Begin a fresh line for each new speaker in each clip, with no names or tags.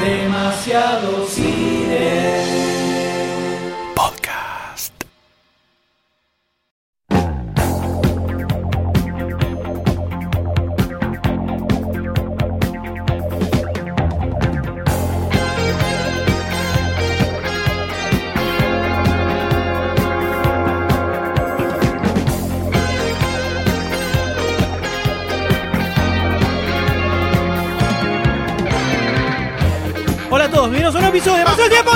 Demasiado cine.
Hola a todos, bienvenidos a un nuevo episodio de Pasó el Tiempo.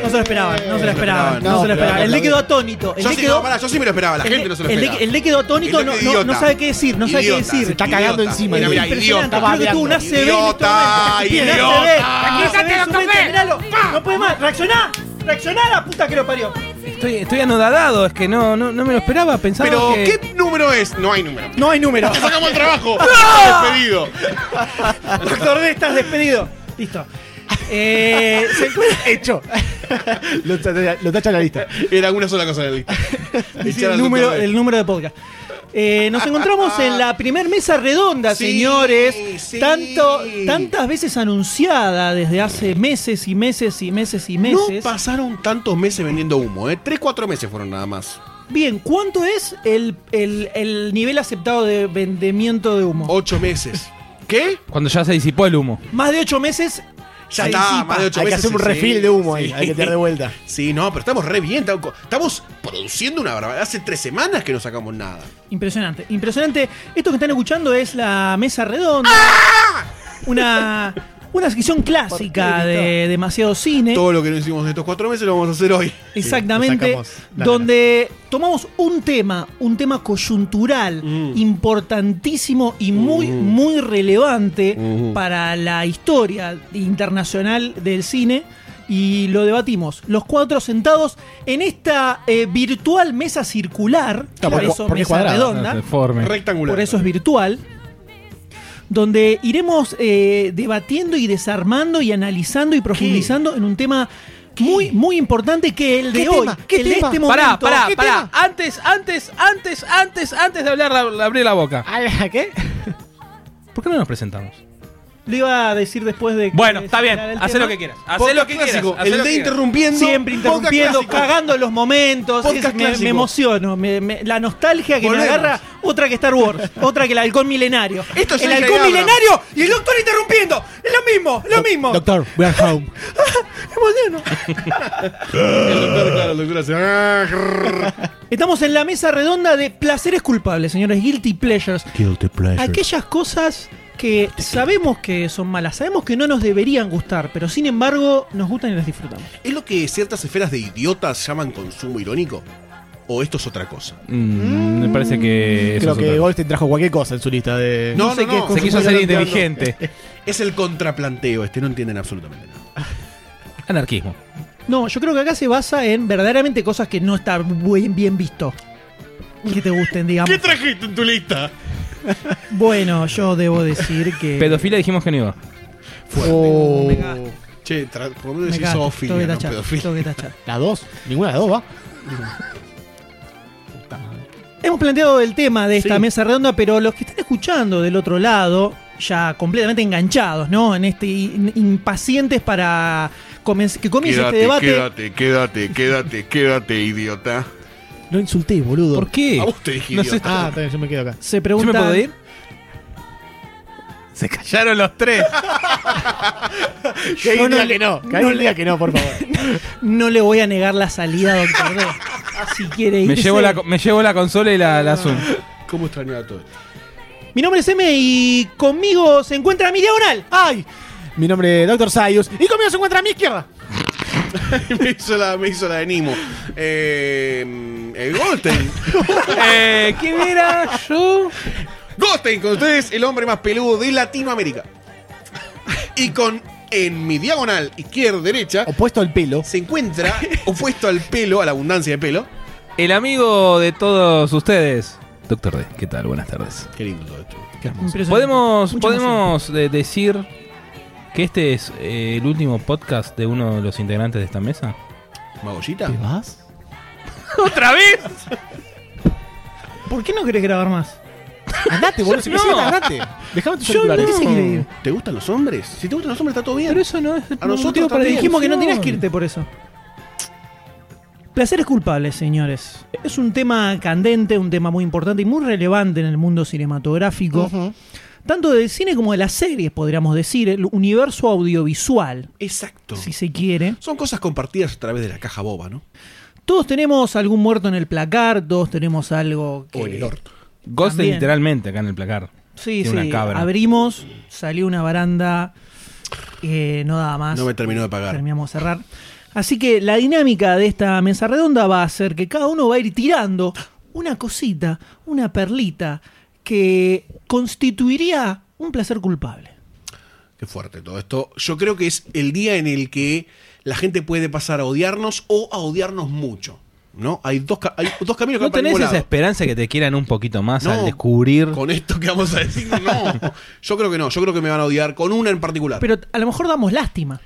No se lo esperaban, no se lo esperaban, no,
No,
se lo
pero-
esperaban. El
pero-
D quedó atónito. El
Yo
D
sí,
quedó-
no, pará, yo sí me lo esperaba, la
el
gente
D-
no se lo
el D-
esperaba.
El D quedó atónito,
El
no,
D
no-
idiota.
no sabe qué decir, no sabe qué
Idiota,
decir.
está
cagando encima,
Mira, mira,
Impresionante,
idiota.
creo que tuvo un ACB en este
Idiota,
momento. Tiene un
idiota.
ACB, un ACB en su
Quítate,
mente,
Dr. P.
míralo. No puede más, reaccioná, reaccioná la puta que lo parió.
Estoy, estoy anodadado, es que no, no, no me lo esperaba, pensaba
Pero,
que...
¿qué número es? No hay número.
No hay número.
¡Te sacamos el trabajo! ¡Despedido!
Doctor D, estás despedido. Listo. Eh, se encuentra hecho.
Lo, tacha- lo tacha la lista.
Era una sola cosa en la lista.
Sí,
Echar
el,
al
número,
doctor D.
el número de podcast. Eh, nos encontramos en la primer mesa redonda,
Sí,
señores.
sí.
Tanto, tantas veces anunciada desde hace meses y meses y meses y
No
meses.
pasaron tantos meses vendiendo humo, ¿eh? Tres, cuatro meses fueron nada más.
Bien, ¿cuánto es el, el- el nivel aceptado de vendimiento de humo?
Ocho meses. ¿Qué?
Cuando ya se disipó el humo.
Más de ocho meses.
Ya
se
está,
disipa.
más de ocho
Hay que
meses.
hacer un
sí.
refil de humo ahí,
Sí.
hay que tirar de vuelta.
Sí, no, pero estamos re bien. Estamos co- estamos produciendo una barbaridad. Hace tres semanas que no sacamos nada.
Impresionante, impresionante. Esto que están escuchando es la mesa redonda.
¡Ah!
Una, una sección clásica de demasiado cine.
Todo lo que no hicimos en estos cuatro meses lo vamos a hacer hoy.
Exactamente.
sacamos la
donde tomamos un tema, un tema coyuntural,
Mm.
importantísimo y muy,
Mm.
muy relevante
Mm.
Ujú.
para la historia internacional del cine. Y lo debatimos, los cuatro sentados en esta eh, virtual mesa circular,
Claro,
por
porque-
eso
porque es
mesa
cuadrada.
redonda,
Deforme.
Rectangular.
por eso es virtual, donde iremos eh, debatiendo y desarmando y analizando y profundizando en un tema muy, muy importante que el de
¿Qué
hoy,
tema? ¿Qué
el de
tema?
este momento.
Pará, pará,
¿Qué
pará.
tema?
Antes, antes, antes, antes, antes de hablar, la- la- abrí la boca.
¿A la qué?
¿Por qué no nos presentamos?
Lo iba a decir después de que
Bueno,
se
está bien,
aclarara el
haz
tema.
lo que quieras.
Podcast
Haz lo que quieras.
clásico,
hacé
el
lo
de
que quieras.
interrumpiendo.
Siempre
podcast
interrumpiendo,
clásico.
cagando los momentos.
Podcast
es- me,
clásico.
me emociono. me- me- la nostalgia que
Volvemos.
me agarra, otra que Star Wars, otra que el halcón milenario.
Esto es
el
J.J.
halcón
Abrams.
milenario y el doctor interrumpiendo. Es lo mismo, lo mismo.
Doctor, we are home.
Emociono.
El doctor, claro, el doctor hace, "Ah, grrr".
Estamos en la mesa redonda de placeres culpables, señores, guilty pleasures.
Guilty pleasure.
Aquellas cosas que sabemos que son malas, sabemos que no nos deberían gustar, pero sin embargo nos gustan y las disfrutamos.
¿Es lo que ciertas esferas de idiotas llaman consumo irónico? ¿O esto es otra cosa?
Mm, me parece que... eso
Creo
es
que
otra.
Goldstein trajo cualquier cosa en su lista de.
No, no,
qué
no.
es
Se
consumo
quiso hacer
irónico.
inteligente.
Es el contraplanteo, este no entienden absolutamente nada.
Anarquismo.
No, yo creo que acá se basa en verdaderamente cosas que no están bien, bien visto. Que te gusten, digamos.
trajiste en tu lista?
Bueno, yo debo decir que...
Pedofilia dijimos que no iba.
Oh.
Che, tra- por lo
Me
menos decís
cago, tengo
zoofilia,
que
no
tachar, tengo
pedofilia.
que tachar.
Las dos. Ninguna de las dos va.
Hemos planteado el tema de esta
Sí.
mesa redonda, pero los que están escuchando del otro lado, ya completamente enganchados, ¿no? En este in- impacientes para comenz- que comience este debate.
quédate, quédate, quédate, idiota.
No insulté, boludo.
¿Por qué?
A vos te dije
No sé-
idiota.
Ah, está bien, yo me quedo acá.
Se
¿Yo me
preguntan.
puedo ir? Se callaron los tres.
Que hay
Yo
un
no
día
le-
que no. Que hay un día que no, por favor.
No le voy a negar la salida, doctor D. si quiere irse.
Me llevo la, me llevo la consola y la, la Zoom.
¿Cómo extrañaba todo esto?
Mi nombre es M y conmigo se encuentra Ah, mi diagonal.
¡Ay! Mi nombre es Doctor Sayus. Y conmigo se encuentra a mi izquierda.
me, hizo la, me hizo la de Nimo. Eh, el Goldstein.
Eh, ¿Quién era? Yo...
Goldstein, con ustedes, el hombre más peludo de Latinoamérica. Y con, en mi diagonal izquierda-derecha,
Opuesto al pelo.
se encuentra, opuesto al pelo, a la abundancia de pelo.
El amigo de todos ustedes. Doctor D, ¿qué tal? Buenas tardes.
Qué lindo todo esto.
Impresionante.
Podemos,
Mucha emoción.
podemos de- decir que este es eh, el último podcast de uno de los integrantes de esta mesa.
¿Magollita?
¿Te vas?
¿Otra vez?
¿Por qué no querés grabar más?
Andate, boludo. Si me
No.
sigues, andate. Déjame tus
Yo no.
auriculares.
¿Qué se quiere ir?
¿Te gustan los hombres? Si te gustan los hombres, está todo bien.
Pero eso no es.
A nosotros
Pero
también.
dijimos que no tenías que irte por eso. Placeres culpables, señores. Es un tema candente, un tema muy importante y muy relevante en el mundo cinematográfico,
Ujú.
tanto del cine como de las series, podríamos decir, el universo audiovisual,
Exacto.
si se quiere.
Son cosas compartidas a través de la caja boba, ¿no?
Todos tenemos algún muerto en el placar, todos tenemos algo que...
O en el orto.
Ghost
También.
literalmente acá en el placar.
Sí,
Tiene
sí.
una cabra.
Abrimos, salió una baranda, eh, no daba más.
No me terminó de pagar.
terminamos de cerrar. Así que la dinámica de esta mesa redonda va a ser que cada uno va a ir tirando una cosita, una perlita, que constituiría un placer culpable.
Qué fuerte todo esto. Yo creo que es el día en el que la gente puede pasar a odiarnos o a odiarnos mucho. ¿No? Hay dos, ca- hay dos caminos que
¿No
van para
tenés
ningún
esa
lado.
esperanza que te quieran un poquito más
No,
al descubrir?
Con esto que vamos a decir, no. Yo creo que no. Yo creo que me van a odiar con una en particular.
Pero a lo mejor damos lástima.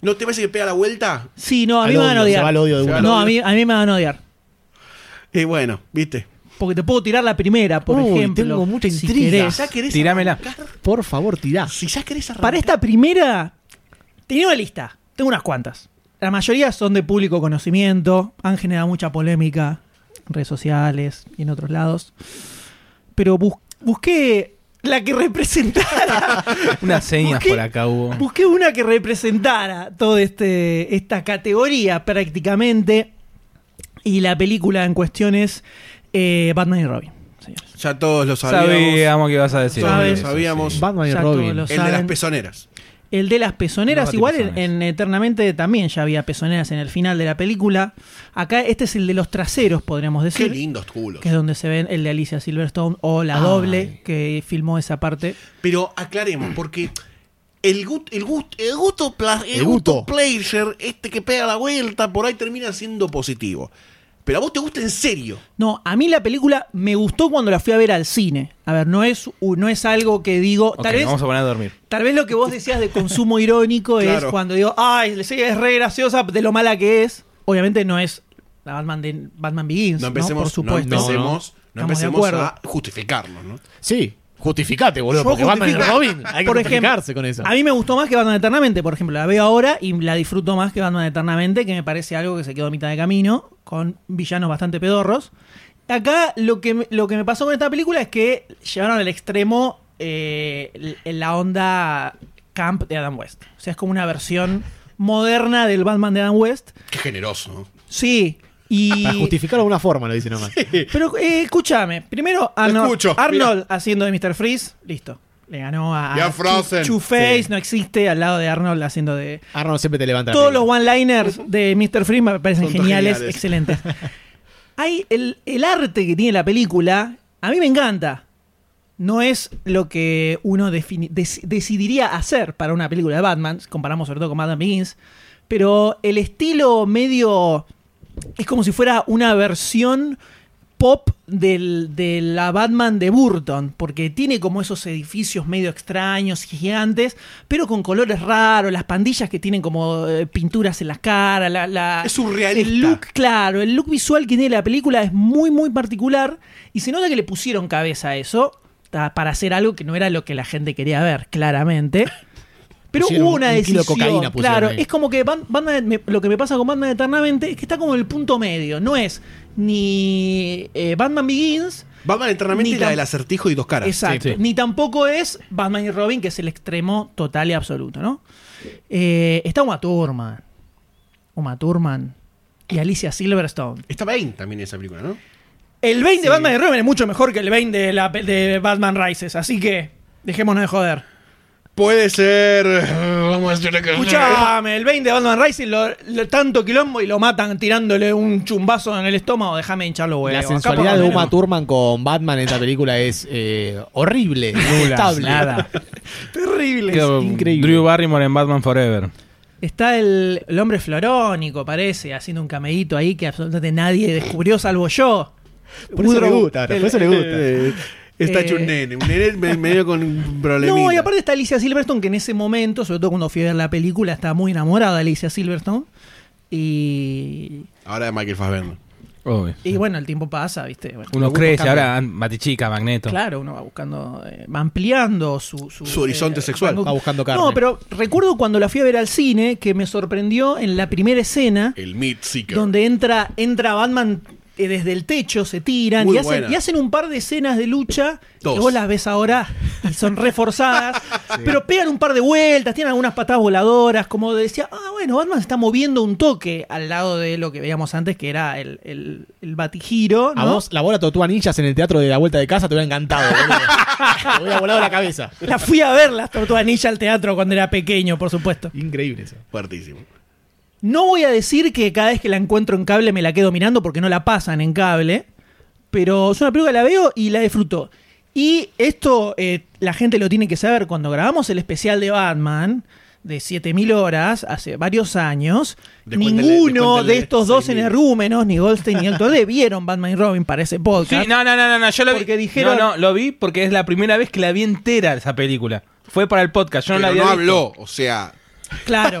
¿No te parece que pega la vuelta?
Sí, no, a mí
Al
me van a
odio, se
odiar.
va al odio de
una.
No, a mí, a mí me van a odiar.
Eh, bueno, viste.
Porque te puedo tirar la primera, por
Uy,
ejemplo.
tengo mucha
si
intriga.
querés.
ya querés
Tirámela.
arrancar,
Por favor, tirá.
si ya querés arrancar.
Para esta primera, tenía una lista. Tengo unas cuantas. La mayoría son de público conocimiento, han generado mucha polémica en redes sociales y en otros lados. Pero bus- busqué la que representara.
Unas señas
Busqué-
por acá hubo.
Busqué una que representara toda este, esta categoría prácticamente. Y la película en cuestión es eh, Batman y Robin. señores.
Ya todos lo sabíamos.
Sabíamos que ibas a decir.
Todos
Sabes.
lo sabíamos.
Sí.
Batman y
Ya
Robin.
todos los-
El de las
saben.
pezoneras.
El de las pezoneras,
Los
igual en,
batipezones.
en Eternamente también ya había pezoneras en el final de la película. Acá este es el de los traseros, podríamos
Qué
decir.
lindos culos.
Que es donde se ven el de Alicia Silverstone o la
Ay.
doble que filmó esa parte.
Pero aclaremos, porque el, gut- el, gust- el gusto pla- el
El
gusto
gusto.
pleasure, este que pega la vuelta, por ahí termina siendo positivo. Pero a vos te gusta en serio.
No, a mí la película me gustó cuando la fui a ver al cine. A ver, no es, u- no es algo que digo.
Ok,
tal, vez,
Vamos a poner a dormir.
tal vez lo que vos decías de consumo irónico es
Claro.
cuando digo, ay, sí, es re graciosa de lo mala que es. Obviamente no es la Batman de Batman Begins.
No
No
empecemos,
Por
no
supuesto.
empecemos, no
Estamos de
empecemos
acuerdo.
a justificarnos, ¿no?
Sí. Justificate, boludo.
Yo
Porque Batman y
justifico.
Robin. Hay que
Por ejemplo,
justificarse con eso.
A mí me gustó más que Batman Eternamente, por ejemplo. La veo ahora y la disfruto más que Batman Eternamente, que me parece algo que se quedó a mitad de camino, con villanos bastante pedorros. Acá lo que, me- lo que me pasó con esta película es que llevaron al extremo eh, l- la onda camp de Adam West. O sea, es como una versión moderna del Batman de Adam West.
Qué generoso. ¿no?
Sí.
Para
Y,
justificar de alguna forma, lo dice nomás.
pero eh, escúchame, primero Arnold,
escucho,
Arnold haciendo de Mr. Freeze, listo. Le ganó a,
Y a
a
Frozen.
Two Face,
Sí.
no existe al lado de Arnold haciendo de
Arnold siempre te levanta. la
todos
pelota.
los one-liners de Mr. Freeze me parecen
Son todos
geniales,
geniales.
excelentes. Hay el, el arte que tiene la película, a mí me encanta. No es lo que uno defini- dec- decidiría hacer para una película de Batman, si comparamos sobre todo con Batman Begins, pero el estilo medio es como si fuera una versión pop del, de la Batman de Burton, porque tiene como esos edificios medio extraños, gigantes, pero con colores raros, las pandillas que tienen como eh, pinturas en las caras, la, la-
Es surrealista.
El look, claro, el look visual que tiene la película es muy, muy particular y se nota que le pusieron cabeza a eso ta- para hacer algo que no era lo que la gente quería ver, claramente. Pero
Pusieron
hubo una
un kilo de
decisión.
cocaína, pusieron
claro,
ahí.
es como que Ban- Batman- me- lo que me pasa con Batman Eternamente es que está como en el punto medio. No es ni eh, Batman Begins,
Batman eternamente
Ni
y la
tan-
del acertijo y dos caras.
exacto,
sí.
ni tampoco es Batman y Robin, que es el extremo total y absoluto, ¿no? Eh, está Uma Thurman. Uma Thurman y Alicia Silverstone.
Está Bane también en esa película, ¿no?
El Bane de Batman y Robin es mucho mejor que el Bane de, la, pe- de Batman Rises, así que dejémonos de joder.
Puede ser. eh, Vamos a decirle que.
Escuchame, el 20 de Batman Rising, lo, lo- tanto quilombo y lo matan tirándole un chumbazo en el estómago, déjame hinchar los huevos.
La
Acá por
sensualidad
lo
de
menos-
Uma Thurman con Batman en esta película es eh, horrible, inestable.
nada.
Terrible.
Quedó
increíble.
Drew Barrymore en Batman Forever.
Está el, el hombre florónico, parece, haciendo un cameíto ahí que absolutamente nadie descubrió salvo yo.
por eso le
Woodrow-
gusta, por
el-
eso le gusta.
Está hecho
Eh.
un nene. Un nene me- medio con un problemita.
No, y aparte está Alicia Silverstone, que en ese momento, sobre todo cuando fui a ver la película, estaba muy enamorada de Alicia Silverstone. Y
Ahora de Michael Fassbender.
Obvio.
Y bueno, el tiempo pasa, ¿viste? Bueno,
Uno
Algunos
crece,
cambian.
ahora an- Matichica, Magneto.
Claro, uno va buscando, eh, va ampliando su,
Su horizonte sexual.
rango-
Va buscando carne.
No, pero recuerdo cuando la fui a ver al cine que me sorprendió en la primera escena
El Meat Seeker.
donde entra, entra Batman eh, desde el techo, se tiran
Muy
y hacen,
buena.
y hacen un par de escenas de lucha
Dos.
que vos las ves ahora y son reforzadas, pero pegan un par de vueltas, tienen algunas patadas voladoras, como decía, ah, bueno, Batman se está moviendo un toque al lado de lo que veíamos antes, que era el, el, el batigiro.
A
¿no?
vos, la bola tortuga ninjas en el teatro de la vuelta de casa te hubiera encantado, boludo. Te hubiera volado la cabeza.
La fui a ver las Tortugas Ninja al teatro cuando era pequeño, por supuesto.
Increíble eso.
Fuertísimo.
No voy a decir que cada vez que la encuentro en cable me la quedo mirando porque no la pasan en cable, pero es una película que la veo y la disfruto. Y esto eh, la gente lo tiene que saber cuando grabamos el especial de Batman de 7000 horas hace varios años.
Descuéntele-
ninguno
descuéntele
de estos dos
6.000.
energúmenos, ni Goldstein ni el Torde, vieron Batman y Robin para ese podcast.
Sí, no, no, no, no, no, yo lo
¿Ah? Porque
vi.
dijeron-
No, no, lo vi porque es la primera vez que la vi entera esa película. Fue para el podcast, yo no
Pero
la
no,
había visto.
habló, o sea,
Claro.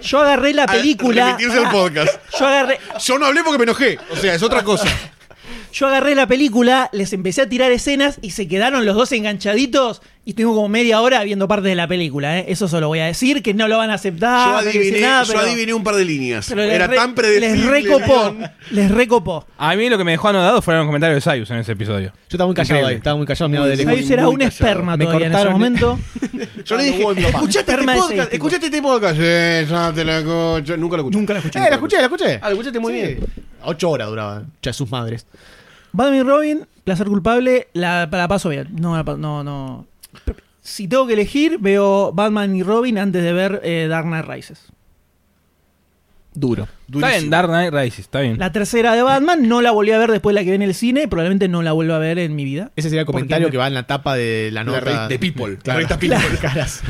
Yo agarré la
al
película. Ah.
remitirse Ah, al podcast.
Yo agarré,
Yo no hablé porque me enojé, o sea, es otra cosa.
Yo agarré la película, les empecé a tirar escenas y se quedaron los dos enganchaditos y tengo como media hora viendo parte de la película. ¿eh? Eso solo voy a decir, que no lo van a aceptar.
yo
no quiero decir
adiviné,
Ah, nada,
yo
pero-
adiviné un par de líneas.
pero les
Era
re-
tan predecible.
Les recopó,
León.
les recopó.
A mí lo que me dejó anodado fueron los comentarios de Sayus en ese episodio.
Yo estaba muy callado
Increíble.
ahí, estaba muy callado, miraba de
Muy-
lejos.
Sayus era
muy
un
callado.
esperma
Me
todavía en ese
cortaron-
momento.
Yo le dije, escuchate este
Esperma de seis,
podcast,
tipo.
escuchate este podcast. Sí, ya te la escucho. Nunca lo escuché.
Nunca la escuché.
Eh, la escuché, la escuché.
Ah, lo escuchaste muy bien.
Ocho horas duraba. Ya sus madres.
Batman y Robin, placer culpable, la, la paso bien. No, la pa- no, no. Si tengo que elegir, veo Batman y Robin antes de ver eh, Dark Knight Rises.
Duro.
Está bien,
Durísimo.
Dark Knight Rises, está
Mm.
bien.
La tercera de Batman no la volví a ver después de la que vi en el cine, probablemente no la vuelva a ver en mi vida.
Ese sería el
Porque
comentario
me-
que va en la tapa de la
La
nota.
revista- de People, la
Claro.
revista People.
Las caras.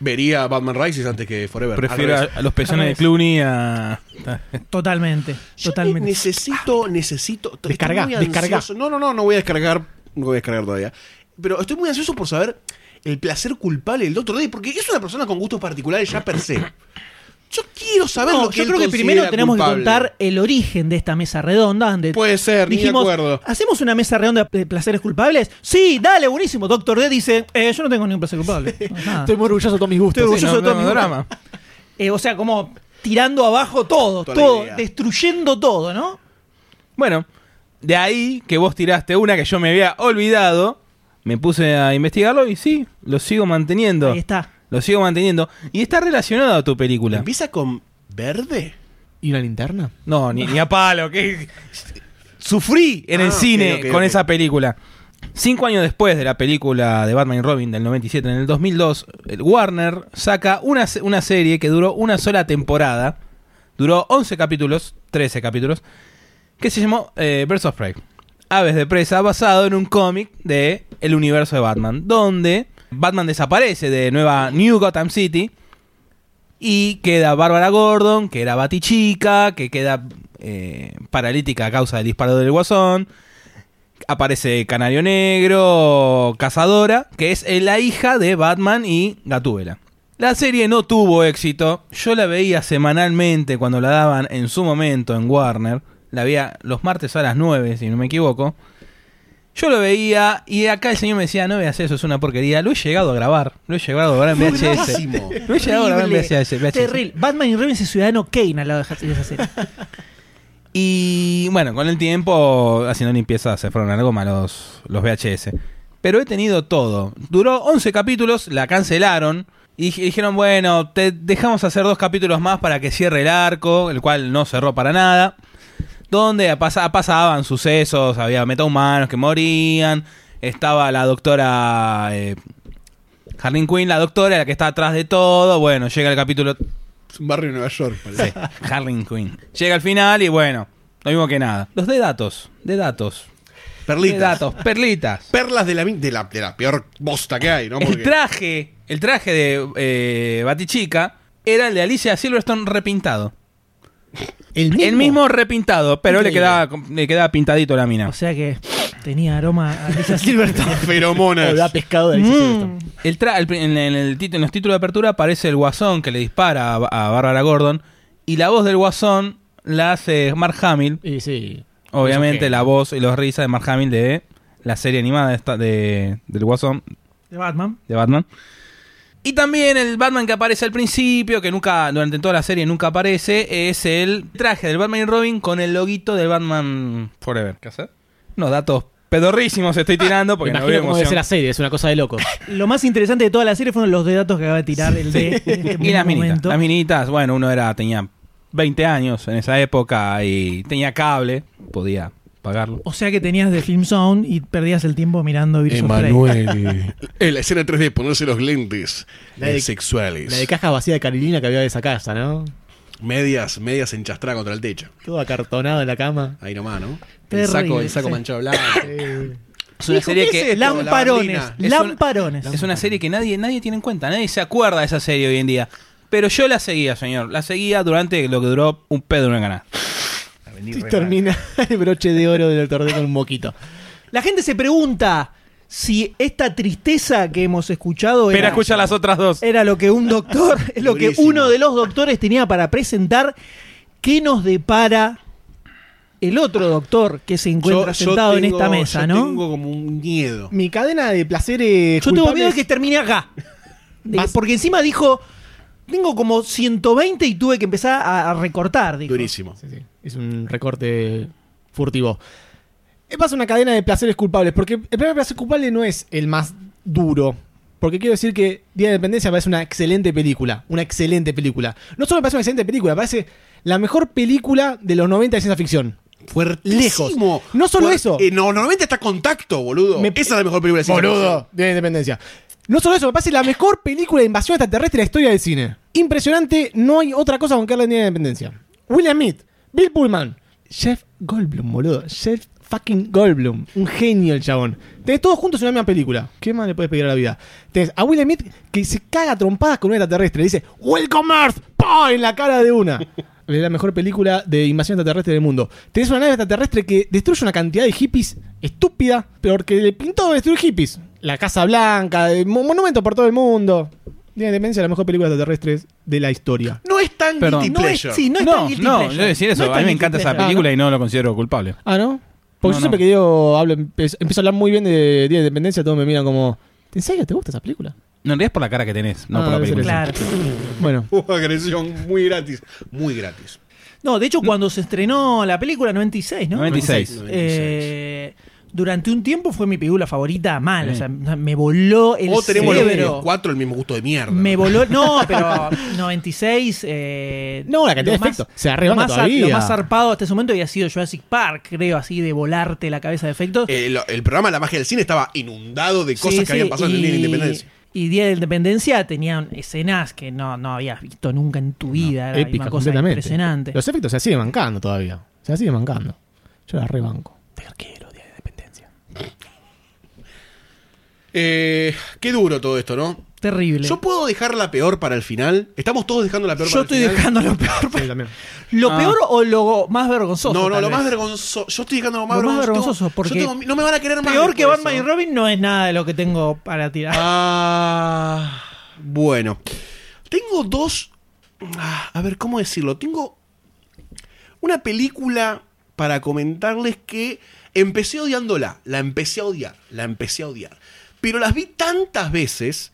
Vería Batman Rises antes que Forever.
Prefiero a,
Al revés.
a los pezones de Clooney a...
Totalmente,
Yo
totalmente. Ah,
necesito, necesito. estoy
Descargá,
muy
descargá.
ansioso. No, no, no, no voy a descargar. No voy a descargar todavía. Pero estoy muy ansioso por saber el placer culpable del Dr. Day, porque es una persona con gustos particulares ya per se. Yo quiero saber
No,
lo que
yo
él
creo que
considera
primero tenemos
culpable.
que contar el origen de esta mesa redonda. Donde
Puede ser, ni de
dijimos,
acuerdo.
¿hacemos una mesa redonda de placeres culpables? Sí, dale, buenísimo. Doctor D dice, eh, yo no tengo ningún placer culpable. No, nada.
Estoy muy orgulloso de todos mis gustos.
Ah. Estoy orgulloso de
Sí,
todo
no,
mi-
no, drama.
Eh, o sea, como tirando abajo todo,
Toda la
todo,
idea.
destruyendo todo, ¿no?
Bueno, de ahí que vos tiraste una que yo me había olvidado, me puse a investigarlo y sí, lo sigo manteniendo.
Ahí está.
Lo sigo manteniendo. Y está relacionado a tu película.
¿Empieza con verde?
¿Y una linterna?
No, ni, ni a palo. que Sufrí en
Ah,
el
ok,
cine
ok,
con
ok.
esa película. Cinco años después de la película de Batman y Robin del 97, en el 2002, el Warner saca una, se- una serie que duró una sola temporada. Duró 11 capítulos, 13 capítulos, que se llamó eh, Birds of Prey. Aves de presa, basado en un cómic de el universo de Batman, donde Batman desaparece de Nueva New Gotham City y queda Bárbara Gordon, que era Batichica, que queda eh, paralítica a causa del disparo del guasón. Aparece Canario Negro, Cazadora, que es eh, la hija de Batman y Gatúbela. La serie no tuvo éxito. Yo la veía semanalmente cuando la daban en su momento en Warner. La veía los martes a las 9, si no me equivoco. Yo lo veía y acá el señor me decía, no veas eso, es una porquería. Lo he llegado a grabar. Lo he llegado a grabar en
Fue
VHS.
gravísimo.
Lo he llegado a grabar en VHS.
Terrible. Batman y Robin es el ciudadano Kane al lado de esa serie.
Y bueno, con el tiempo, haciendo limpieza, se fueron a la goma los, los VHS. Pero he tenido todo. Duró 11 capítulos, la cancelaron. Y dij- dijeron, bueno, te dejamos hacer dos capítulos más para que cierre el arco, el cual no cerró para nada. Donde pasa- pasaban sucesos, había metahumanos que morían. Estaba la doctora eh, Harleen Quinn, la doctora, la que está atrás de todo. Bueno, llega el capítulo
Es un barrio de Nueva York, parece.
Sí, Harling Quinn. Llega al final y bueno, lo mismo que nada. Los de datos, de datos, de
Perlitas.
datos, perlitas.
Perlas de la, mi- de la, de la peor bosta que hay, ¿no?
El traje, el traje de eh, Batichica era el de Alicia Silverstone repintado.
El mismo.
El mismo repintado, pero le
Increíble.
quedaba, le quedaba pintadito la mina.
O sea que tenía aroma a Alicia Silverstone.
Feromonas.
Olor a pescado de Alicia
Mm.
Silverstone.
El tra- el pri- en, en el tit- en los títulos de apertura aparece el guasón que le dispara a, Ba- a Bárbara Gordon. Y la voz del guasón la hace Mark Hamill.
Y sí.
Obviamente
genio.
la voz y los risas de Mark Hamill de la serie animada de esta, de, del Guasón
De Batman.
de Batman. Y también el Batman que aparece al principio, que nunca, durante toda la serie nunca aparece, es el traje del Batman y Robin con el loguito del Batman Forever. ¿Qué hacer? Unos datos pedorrísimos estoy tirando porque no
Imagino
veo
cómo debe ser
emoción.
la serie, es una cosa de loco.
Lo más interesante de toda la serie fueron los de datos que acaba de tirar el de en este
Y las minitas.
momento.
Las minitas, bueno, uno era, tenía 20 años en esa época y tenía cable, podía pagarlo.
O sea que tenías de Film Sound y perdías el tiempo mirando Birds of Prey.
En la escena 3D, ponerse los lentes
La de-
eh, sexuales.
La de caja vacía de Carilina que había de esa casa, ¿no?
medias, medias enchastradas contra el techo.
Todo acartonado en la cama.
Ahí nomás, ¿no?
Terrible,
el saco, el saco
sí.
manchado blanco.
Es una
Hijo,
serie
¿qué
que
es esto? Lamparones.
La
bandina. Es un-
lamparones.
Es una serie que nadie, nadie tiene en cuenta, nadie se acuerda de esa serie hoy en día. Pero yo la seguía, señor. La seguía durante lo que duró un pedo en una canasta.
Y termina el broche de oro del torneo con un moquito.
La gente se pregunta si esta tristeza que hemos escuchado
Pero
era,
escucha las otras dos.
era lo que un doctor, es lo que
Durísimo.
uno de los doctores tenía para presentar. ¿Qué nos depara el otro doctor que se encuentra sentado en esta mesa, no?
Tengo como un miedo.
Mi cadena de placeres.
Yo tengo miedo de
culpables-
que termine acá. De-
Vas-
Porque encima dijo, tengo como 120 y tuve que empezar a, a recortar. dijo.
Durísimo.
Sí, sí. Es un recorte furtivo. Eh, Pasa una cadena de placeres culpables, porque el primer placer culpable no es el más duro. Porque quiero decir que Día de Independencia parece una excelente película. Una excelente película. No solo me parece una excelente película, parece la mejor película de los 90 de ciencia ficción.
Fuertísimo.
Lejos. No solo eso.
eh, no, normalmente está contacto, boludo.
Me-
Esa es la mejor película de ciencia ficción.
Día de Independencia. No solo eso, me parece la mejor película de invasión extraterrestre de la historia del cine. Impresionante, no hay otra cosa con que hablar de Día de Independencia. William Mead, Bill Pullman, Jeff Goldblum, boludo. Jeff fucking Goldblum. Un genio el chabón. Tenés todos juntos en una misma película. ¿Qué más le puedes pedir a la vida? Tenés a William Mead que se caga a trompadas con un extraterrestre. Le dice, Welcome Earth, ¡Pah! en la cara de una. Es la mejor película de invasión extraterrestre del mundo. Tenés una nave extraterrestre que destruye una cantidad de hippies estúpida, pero que le pintó destruir hippies. La Casa Blanca, eh, mo- monumentos por todo el mundo. Día de Independencia, la mejor película extraterrestre de la historia.
No es tan
Perdón.
guilty
No es,
pleasure.
sí, no es tan
No,
guilty
no,
pleasure.
yo voy a decir eso.
No es
a mí
tan
me
guilty
encanta esa
pleasure.
película y no lo considero culpable.
Ah, ¿no? Porque
No,
yo siempre
no.
que digo, hablo, empiezo, empiezo a hablar muy bien de Día de Independencia, todos me miran como, ¿en serio te gusta esa película?
No, en realidad es por la cara que tenés, no
Ah,
por la
debe ser
película.
Claro.
Bueno,
Hubo agresión muy gratis. Muy gratis.
No, de hecho, cuando se estrenó la película 96, ¿no?
96.
96.
Eh, durante un tiempo fue mi película favorita mal.
Sí.
O sea, me voló el
o tenemos los-
cerebro.
los cuatro el mismo gusto de mierda.
Me voló. No, pero 96. eh,
No, la cantidad
lo
de
más-
efectos. Se
Lo
arrebanga
más, zar-
todavía.
lo más zarpado hasta ese momento había sido Jurassic Park, creo, así de volarte la cabeza de efectos.
Eh, lo- el programa La magia del cine estaba inundado de cosas
Sí,
que habían
sí,
pasado en el Día de la Independencia.
Y Día de la Independencia tenían escenas que no, no habías visto nunca en tu vida. era
épica
una cosa
completamente.
impresionante.
Los efectos se siguen bancando todavía. Se siguen bancando. Yo la rebanco. Pero quiero Día de Independencia.
Eh, qué duro todo esto, ¿no?
Terrible.
Yo puedo dejar la peor para el final. Estamos todos dejando la peor
Yo
para el
estoy
final.
dejando lo peor.
Sí, también.
¿Lo
Ah.
peor o lo más vergonzoso?
No, no,
tal
lo
vez?
más vergonzoso. Yo estoy dejando lo más
Lo más
vergonzoso.
vergonzoso,
Yo
porque
tengo- no me van a querer más.
Peor que
por
Batman y
eso.
Robin no es nada de lo que tengo para tirar.
Ah, bueno. Tengo dos. ah, A ver, ¿cómo decirlo? Tengo una película para comentarles que empecé odiándola. La empecé a odiar. La empecé a odiar. Pero las vi tantas veces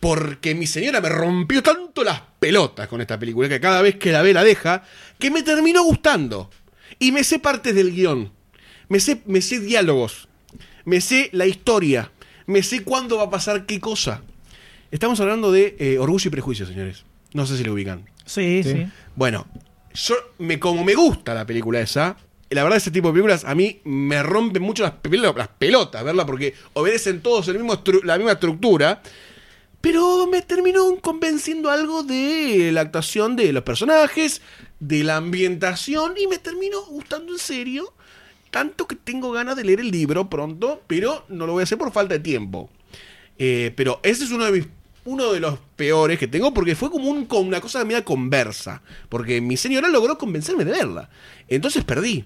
porque mi señora me rompió tanto las pelotas con esta película que cada vez que la ve la deja, que me terminó gustando. Y me sé partes del guión. Me sé, me sé diálogos. Me sé la historia. Me sé cuándo va a pasar qué cosa. Estamos hablando de eh, Orgullo y Prejuicio, señores. No sé si lo ubican.
sí, sí,
Sí.
Bueno, yo me, como me gusta la película esa, la verdad ese tipo de películas a mí me rompen mucho las, pel- las pelotas, ¿verdad? Porque obedecen todos el mismo estru- la misma estructura. Pero me terminó convenciendo algo de la actuación de los personajes, de la ambientación, y me terminó gustando en serio. Tanto que tengo ganas de leer el libro pronto, pero no lo voy a hacer por falta de tiempo. Eh, pero ese es uno de mis uno de los peores que tengo porque fue como un, como una cosa de media conversa. Porque mi señora logró convencerme de verla. Entonces perdí.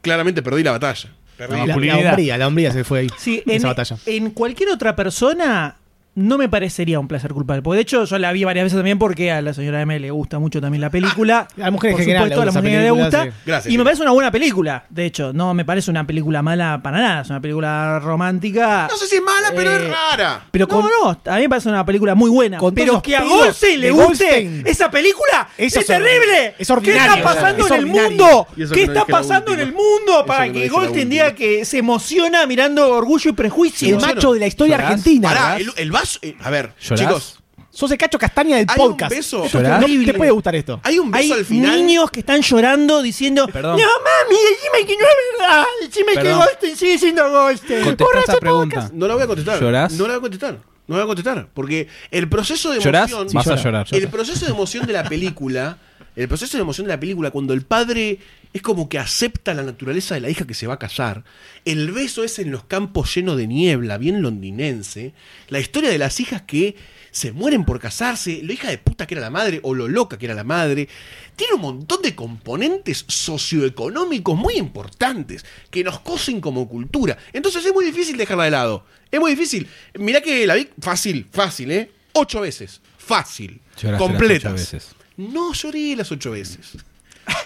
Claramente perdí la batalla. Perdí.
La, la hombría, la hombría se fue ahí.
Sí,
en
en,
esa batalla.
en cualquier otra persona no me parecería un placer culpable. Porque de hecho yo la vi varias veces también porque a la señora M le gusta mucho también la película.
Ah, A las mujeres
Por
en general
supuesto, a
le
las
gusta esa
mujeres le
película,
gusta.
sí.
Gracias,
y me
sí.
parece una buena película, de hecho. No me parece una película mala para nada. Es una película romántica.
No sé si es mala, pero
Eh,
es rara.
Pero
con-
no, no, a mí me parece una película muy buena.
Con todos
pero
los
que a
pedos
Golse le
de
guste
Goldstein.
esa película
Eso
es
es ordinario.
terrible.
Es ordinario,
¿Qué está pasando
es
en el
ordinario.
mundo?
Y eso
¿Qué
que no
está
dije la
pasando en
última.
el mundo
Eso
para
que no
que
dije la
Golstein diga
última.
que se emociona mirando Orgullo y Prejuicio?
El macho de la historia
¿Llorás?
argentina.
Pará,
¿verdad?
el, el vaso. eh, a ver,
¿Llorás?
chicos.
Sos el cacho castaña del
Hay un
podcast.
beso.
Esto
¿Llorás?
no te puede gustar esto.
Hay un
Hay
beso al final.
niños que están llorando diciendo
Perdón.
No mami, decime que no es verdad Decime
Perdón.
que Goldstein sigue siendo Goldstein
Contesta esa pregunta.
No la voy a contestar.
¿Llorás?
No la voy a contestar. No la voy a contestar. Porque el proceso de
¿Llorás?
emoción.
Vas a llorar.
El proceso de emoción de la película. El proceso de emoción de la película, cuando el padre es como que acepta la naturaleza de la hija que se va a casar, el beso es en los campos llenos de niebla, bien londinense, la historia de las hijas que se mueren por casarse, la hija de puta que era la madre o lo loca que era la madre, tiene un montón de componentes socioeconómicos muy importantes que nos cosen como cultura. Entonces es muy difícil dejarla de lado, es muy difícil. Mirá que la vi fácil, fácil, ¿eh? Ocho veces, fácil,
Lloraste las
completas.
ocho veces.
No lloré las ocho veces.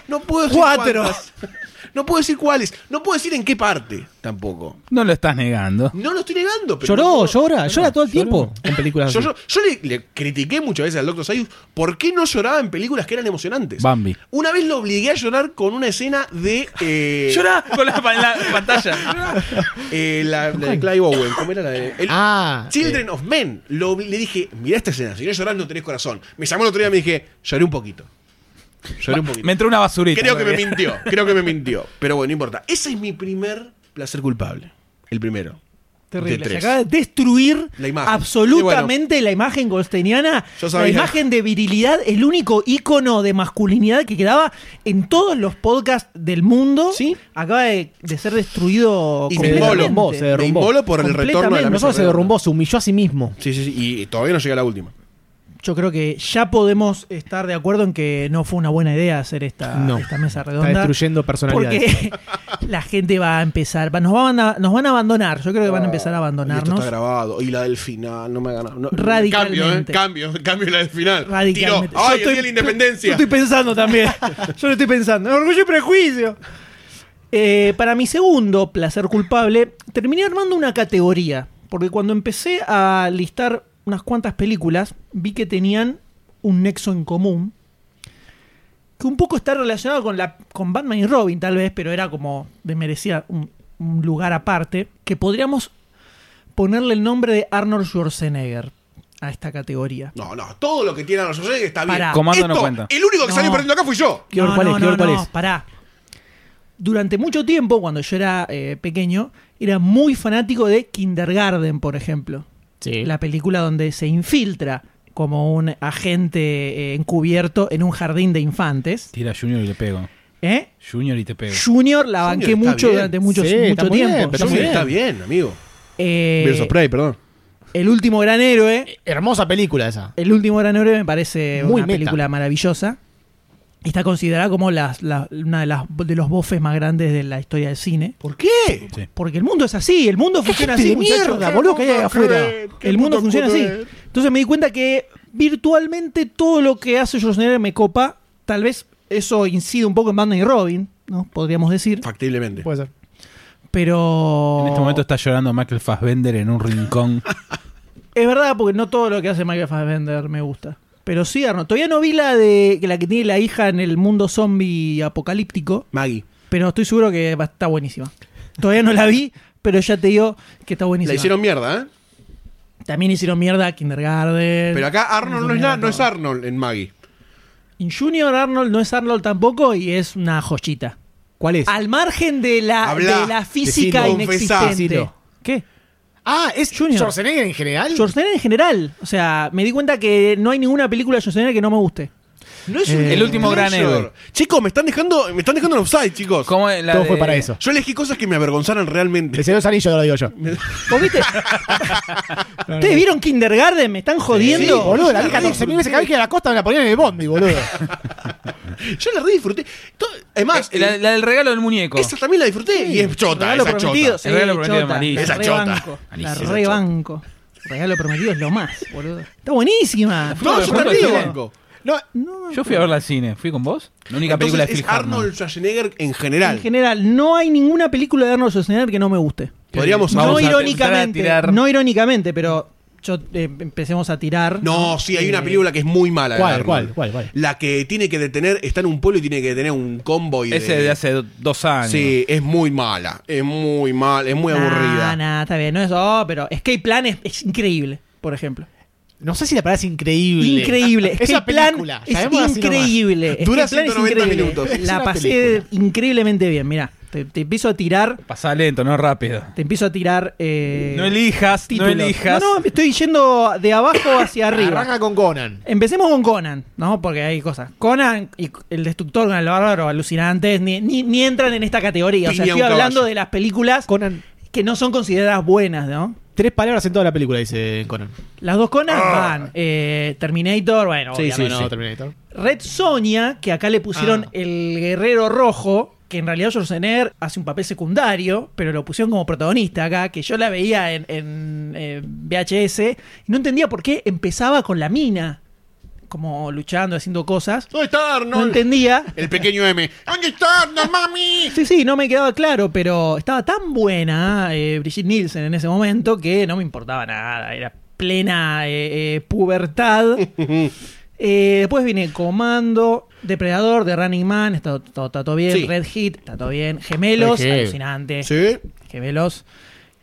No puedo decir
Cuatro
cuántas. No puedo decir cuáles. No puedo decir en qué parte tampoco.
No lo estás negando.
No lo estoy negando. Pero no
Lloró,
puedo-
llora, llora todo el
Lloró.
tiempo en películas.
Yo,
así.
yo- yo le, le critiqué muchas veces al Dr. Sayus por qué no lloraba en películas que eran emocionantes.
Bambi.
Una vez lo obligué a llorar con una escena de. eh,
Llorá con la, pa- la pantalla.
eh, la, la de Clive Owen. ¿Cómo era la de.? el-
Ah,
Children of Men. Lo, obli- le dije, mirá esta escena. Si no llorás, no tenés corazón. Me llamó el otro día y me dije, lloré un poquito. Lloré un poquito.
Me entró una basurita.
Creo que me mintió, creo que me mintió. Pero bueno, no importa. Ese es mi primer placer culpable. El primero. De
Terrible, se
tres.
acaba de destruir
La imagen.
absolutamente la imagen goldsteiniana,
Yo
la
sabía.
imagen de virilidad, el único ícono de masculinidad que quedaba en todos los podcasts del mundo,
Sí.
acaba de, de ser destruido
Y
completamente.
me inmolo.
derrumbó, se derrumbó.
Me inmolo por el retorno de la
Completamente.
No
mesa
solo se
redonda.
derrumbó, se humilló a sí mismo.
Sí, sí, sí. Y todavía no llega la última.
Yo creo que ya podemos estar de acuerdo en que no fue una buena idea hacer esta,
No.
esta mesa
Está
redonda.
destruyendo personalidades.
Porque la gente va a empezar, va- nos, van a, nos van a abandonar. Yo creo que van a empezar a
Ah, Y esto está
abandonarnos.
grabado. Y la del final, no me ha ganado. No,
Radicalmente.
Cambio, ¿eh? Cambio, cambio la del final.
Radicalmente.
Tiró. ¡Ay,
Yo
el día de la independencia!
yo estoy pensando también. Yo lo estoy pensando. Orgullo y prejuicio. Eh, para mi segundo placer culpable, terminé armando una categoría. Porque cuando empecé a listar unas cuantas películas, vi que tenían un nexo en común. Que un poco está relacionado con, la, con Batman y Robin, tal vez, pero era como. de merecía un, un lugar aparte. Que podríamos ponerle el nombre de Arnold Schwarzenegger a esta categoría.
No, no. Todo lo que tiene a los Schwarzenegger está bien.
Pará.
Comando no
Esto,
cuenta.
El único que
No.
salió perdiendo acá fui yo.
¿Qué hora- cuál es? ¿Qué hora- cuál es?
pará. Durante mucho tiempo, cuando yo era eh, pequeño, era muy fanático de Kindergarten, por ejemplo.
Sí.
La película donde se infiltra como un agente eh, encubierto en un jardín de infantes.
Tira a Junior y le pego.
¿eh?
Junior y te pego.
Junior la
Junior
banqué
está
mucho
bien.
durante mucho,
Sí,
mucho
está muy
tiempo.
bien, pero
Sí.
muy bien.
Está bien, amigo.
Eh,
Birds of Prey, perdón.
el último gran héroe.
Hermosa película esa.
El último gran héroe me parece
Muy
una
meta.
película maravillosa. Está considerada como las- la- una de, las, de los bofes más grandes de la historia del cine.
¿Por qué?
Sí.
Porque el mundo es así, el mundo funciona así,
gente de
muchachos.
mierda, boludo, que hay ahí afuera.
Qué
El mundo
puto
funciona así.
cruel.
Entonces me di cuenta que virtualmente todo lo que hace Schwarzenegger me copa. Tal vez eso incide un poco en Batman y Robin, ¿no? Podríamos decir.
Factiblemente.
Puede ser.
Pero.
En este momento está llorando Michael Fassbender en un rincón.
Es verdad, porque no todo lo que hace Michael Fassbender me gusta. Pero sí, Arnold. Todavía no vi la de la que tiene la hija en el mundo zombie apocalíptico,
Maggie.
pero estoy seguro que va- está buenísima. Todavía no la vi, pero ya te digo que está buenísima.
La hicieron mierda, ¿eh?
También hicieron mierda a Kindergarten.
Pero acá Arnold no es, na- no es Arnold en Maggie.
En Junior Arnold no es Arnold tampoco y es una joyita.
¿Cuál es?
Al margen de la,
Hablá,
de la física
decilo,
inexistente.
confesá.
Decilo.
¿Qué?
Ah, es
Junior.
Schwarzenegger en general.
Schwarzenegger en general. O sea, me di cuenta que no hay ninguna película de Schwarzenegger que no me guste.
No es un
Eh, el último gran
treasure.
héroe.
Chicos, me están dejando, me están dejando en offside, chicos.
¿Cómo es la
Todo
de-
fue para eso.
Yo elegí cosas que me avergonzaron
El
realmente.
Señor de los Anillos lo digo yo.
¿Vos viste? ¿Ustedes vieron Kindergarten? ¿Me están jodiendo?
Sí, boludo, la vi 14 mil veces cada vez que iba a la costa me la ponían en el bondi, boludo.
Yo la re disfruté. To- Además,
Eh, La, la del regalo del muñeco.
esa también la disfruté. y es chota,
Regalo
esa
prometido,
chota.
sí,
El regalo prometido
chota,
amarillo.
la
Esa chota.
rebanco, La
Malísimo.
rebanco. Regalo prometido es lo más, boludo. Está buenísima.
No, yo
Está
Fue
también.
buenísima.
Blanco.
No,
No,
Yo fui a verla al cine. ¿Fui con vos? La única película
Entonces,
de Phil
es
Hartman.
Arnold Schwarzenegger en general.
en general, no hay ninguna película de Arnold Schwarzenegger que no me guste.
Podríamos
Vamos
no
a
irónicamente,
empezar a tirar-
no irónicamente, pero yo eh, empecemos a tirar. Eh,
No, sí, hay una película que es muy mala. de
¿Cuál,
Arnold.
cuál, cuál, cuál?
La que tiene que detener, está en un pueblo y tiene que detener un convoy.
Ese de hace do- dos años.
Sí, es muy mala. Es muy mala, es muy
Nah,
aburrida.
nah, está bien, no es oh, pero Escape Plan es, es increíble, por ejemplo.
No sé si la palabra es increíble.
Increíble. Escape
Esa
Plan
película, llamémosla
es
así nomás.
increíble.
Dura
Escape Plan es
190
increíble.
minutos.
Es
La
una
pasé increíblemente bien, mira. Te, te empiezo a tirar,
Pasá lento, no rápido.
te empiezo a tirar eh,
No elijas,
títulos.
no elijas.
No, no, estoy yendo de abajo hacia arriba.
Arranca con Conan.
Empecemos con Conan, ¿no? Porque hay cosas. Conan y el destructor con el bárbaro alucinantes ni, ni, ni entran en esta categoría. O sea,
Piña
estoy
un
hablando
caballo.
de las películas
Conan.
que no son consideradas buenas, ¿no?
Tres palabras en toda la película, dice Conan.
Las dos Conan
Ah.
van. eh, Terminator, bueno, obviamente.
no, Terminator.
Red Sonia, que acá le pusieron
Ah.
el guerrero rojo, que en realidad Schwarzenegger hace un papel secundario, pero lo pusieron como protagonista acá, que yo la veía en, en, eh, VHS y no entendía por qué empezaba con la mina, como luchando, haciendo cosas.
¿Dónde está
No
Arnold?
entendía.
el pequeño M. ¿Dónde está Arnold, mami?
Sí, sí, no me quedaba claro, pero estaba tan buena eh, Brigitte Nielsen en ese momento que no me importaba nada. Era plena eh, eh, pubertad. Eh, después viene Comando, Depredador, de Running Man, está, está- está todo bien.
Sí.
Red Hit, está todo bien. Gemelos,
Red Hit. Eh.
alucinante.
Sí.
Gemelos.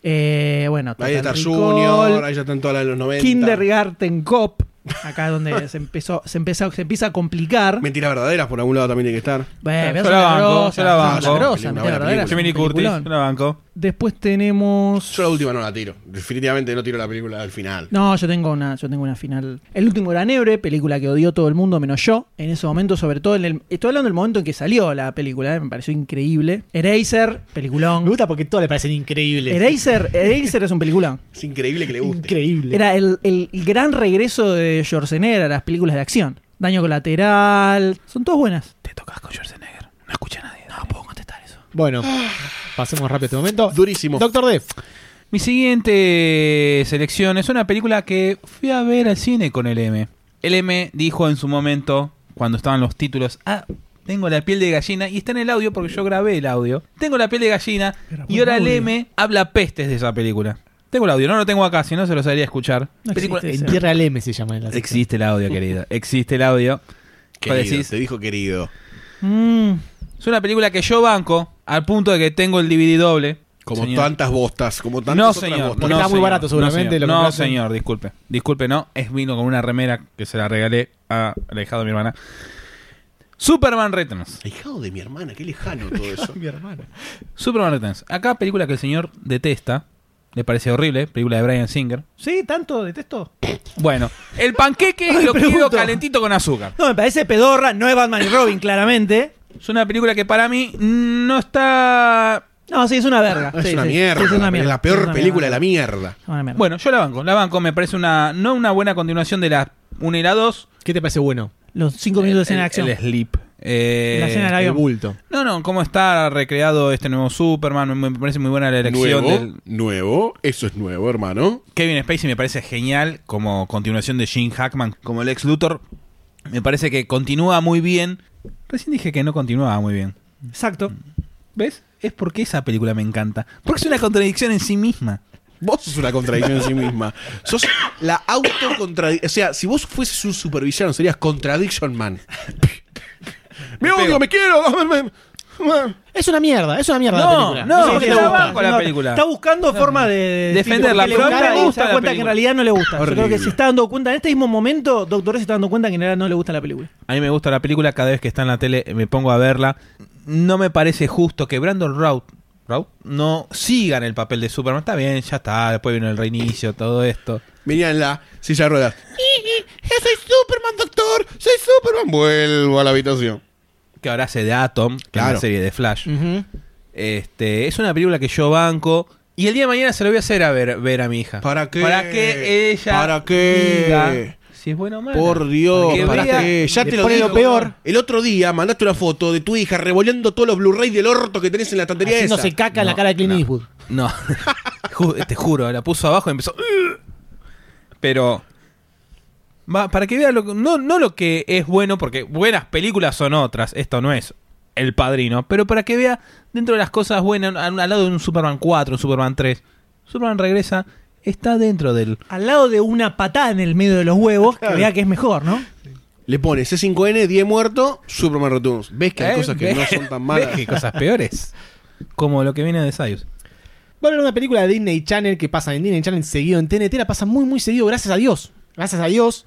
Eh, bueno,
Ahí está
Total
Junior,
Recall.
ahí ya están todas las de los 90.
Kindergarten Cop, acá donde se empezó, se empieza, se empieza a complicar.
Mentiras verdaderas, por algún lado también tiene que estar.
Bueno,
Yo
Mesa
la banco,
Grosa,
yo la
Mesa Grosa,
banco.
Una
Mesa
buena
Grosa,
película.
Jiminy
un
Curtis,
peliculón.
yo la banco.
Después tenemos.
Yo la última no la tiro. Definitivamente no tiro la película al final.
No, yo tengo una, yo tengo una final. El último gran Ebre, película que odió todo el mundo menos yo. En ese momento, sobre todo en el. Estoy hablando del momento en que salió la película, eh, me pareció increíble. Eraser,
Me
peliculón.
gusta porque todas le parecen increíbles.
Eraser, Eraser es un peliculón.
Es increíble que le guste.
Increíble.
Era el, el gran regreso de Schwarzenegger a las películas de acción. Daño colateral. Son todas buenas. Te tocas con Schwarzenegger. No escucha nadie. No puedo contestar eso.
Bueno, pasemos rápido este momento.
Durísimo.
Doctor D.
Mi siguiente selección es una película que fui a ver al cine con el M. El M dijo en su momento, cuando estaban los títulos, ah, tengo la piel de gallina, y está en el audio porque yo grabé el audio. Tengo la piel de gallina,
Grabó
y ahora
el audio.
el M habla pestes de esa película. Tengo el audio, no lo tengo acá, si no se los haría escuchar.
No
Película-
existe.
En Tierra del M se llama en la sección.
Existe el audio, querido. Existe el audio.
Querido,
¿Cuál decís?
Te dijo querido.
Mm.
Es una película que yo banco al punto de que tengo el DVD doble.
Como
Señor.
tantas bostas, como tantas
No,
otras
señor.
bostas.
no,
Está muy
señor,
barato,
no,
seguramente,
señor.
lo
No,
compraste.
señor, disculpe. Disculpe, no. Es vino con una remera que se la regalé a alejado de mi hermana. Superman Returns.
Ahijado de mi hermana, qué lejano todo eso.
Mi hermana.
Superman Returns. Acá película que el señor detesta. Le parece horrible. Película de Brian Singer.
Sí, tanto detesto.
Bueno, el panqueque
Ay,
lo quiero
pregunto.
calentito con azúcar.
No, me parece pedorra. No es Batman y Robin, claramente.
Es una película que para mí no está...
No, sí, es una verga.
Ah, es,
Sí,
una
sí,
mierda,
sí, es una
es
mierda.
la
Sí,
peor
es una
película de
mierda.
la mierda.
Es una mierda.
Bueno, yo la banco. La banco me parece una... No una buena continuación de la 1 y la 2.
¿Qué te parece bueno?
los cinco minutos de escena de acción.
El, el sleep. Eh,
La escena de la-
El
avión.
bulto.
No, no, cómo está recreado este nuevo Superman. Me, me parece muy buena la elección
Nuevo,
del
nuevo, eso es nuevo, hermano.
Kevin Spacey. Me parece genial como continuación de Gene Hackman como el ex Luthor. Me parece que continúa muy bien. Recién dije que no continuaba muy bien.
Exacto.
¿Ves? Es porque esa película me encanta. Porque es una contradicción en sí misma.
Vos sos una contradicción en sí misma. Sos la autocontradicción. O sea, si vos fueses un supervillano, serías Contradiction Man. me odio,
pego.
me quiero.
Es una mierda, es una mierda
No,
la película.
no,
sé por qué te
que la
gusta.
banco. con la película.
Está buscando forma de- de
Defenderla,
porque le
pero
gusta
no me
y
gusta
se da
la
cuenta que en
película.
realidad no le gusta. Yo creo
Horrible.
que se está dando cuenta. En este mismo momento, Doctor S se está dando cuenta que en realidad no le gusta la película.
A mí me gusta la película. Cada vez que está en la tele me pongo a verla. No me parece justo que Brandon Routh, Routh no siga en el papel de Superman. Está bien, ya está. Después vino el reinicio, todo esto.
Venía en la silla de ruedas. "Yo soy Superman, doctor. Soy Superman. Vuelvo a la habitación.
que ahora hace de Atom, que es
Claro.
la serie de Flash.
Ujú.
Este, es una película que yo banco. Y el día de mañana se lo voy a hacer a ver, ver a mi hija.
¿Para qué?
Para que ella
¿Para qué?
diga si es bueno o malo.
Por Dios,
Porque
para
vea-
qué. ya
le
te lo
pone
digo.
lo peor.
El otro día mandaste una foto de tu hija revolviendo todos los Blu-ray del orto que tenés en la estantería esa.
Haciéndose caca en la cara de Clint Eastwood.
No. Ju- te juro, la puso abajo y empezó. Pero. va, para que vea lo que- no, no lo que es bueno, porque buenas películas son otras. Esto no es El Padrino. Pero para que vea dentro de las cosas buenas, al, al lado de un Superman 4, un Superman 3. Superman regresa, está dentro del.
Al lado de una patada en el medio de los huevos, que vea que es mejor, ¿no?
Le pone C5N, 10 muerto, Superman Returns. Ves que hay
¿Eh?
cosas que
¿Ves?
no son tan
¿Ves
malas.
que hay cosas peores. Como lo que viene de Sayus.
Va a haber una película de Disney Channel que pasa en Disney Channel seguido en TNT, la pasa muy, muy seguido, gracias a Dios. Gracias a Dios.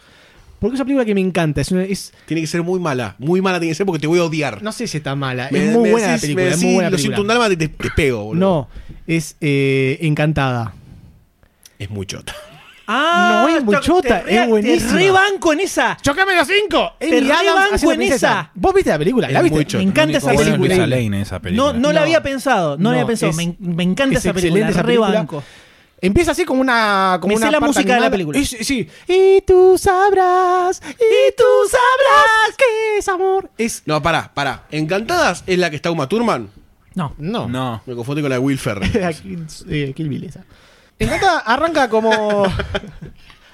Porque es una película que me encanta. Es una- es-
Tiene que ser muy mala. Muy mala tiene que ser porque te voy a odiar.
no sé si está mala.
Me-
es muy
me
buena
decís-
la película.
me
es muy buena
decís, Lo siento un
película.
alma te, te- te pego, boludo.
No, es eh, encantada.
Es muy chota.
Ah,
No, es
está-
muy chota,
te re-
es buenísima.
Te rebanco en esa.
¡Chocame los cinco!
Te
Amy Adams
rebanco
haciendo
en
princesa.
esa.
¿Vos viste la película?
Es
¿La viste?
muy chota.
Me encanta esa
Lo único bueno es Luisa
película.
Lane, esa película.
No, no
No.
la había pensado, no, la había
No,
pensado.
es-
me, me encanta
es
esa película,
excelente esa película.
rebanco.
Empieza así como una. Como
Me
una
sé la
parte
música de la
animada.
película.
Y, sí. Y tú sabrás. Y tú sabrás que es amor. Es.
No, pará, pará. Encantadas es la que está Uma Thurman.
No.
No.
No.
Me confundí con la de Will Ferrell.
Kill eh, Kill Bill esa. Encantada arranca como.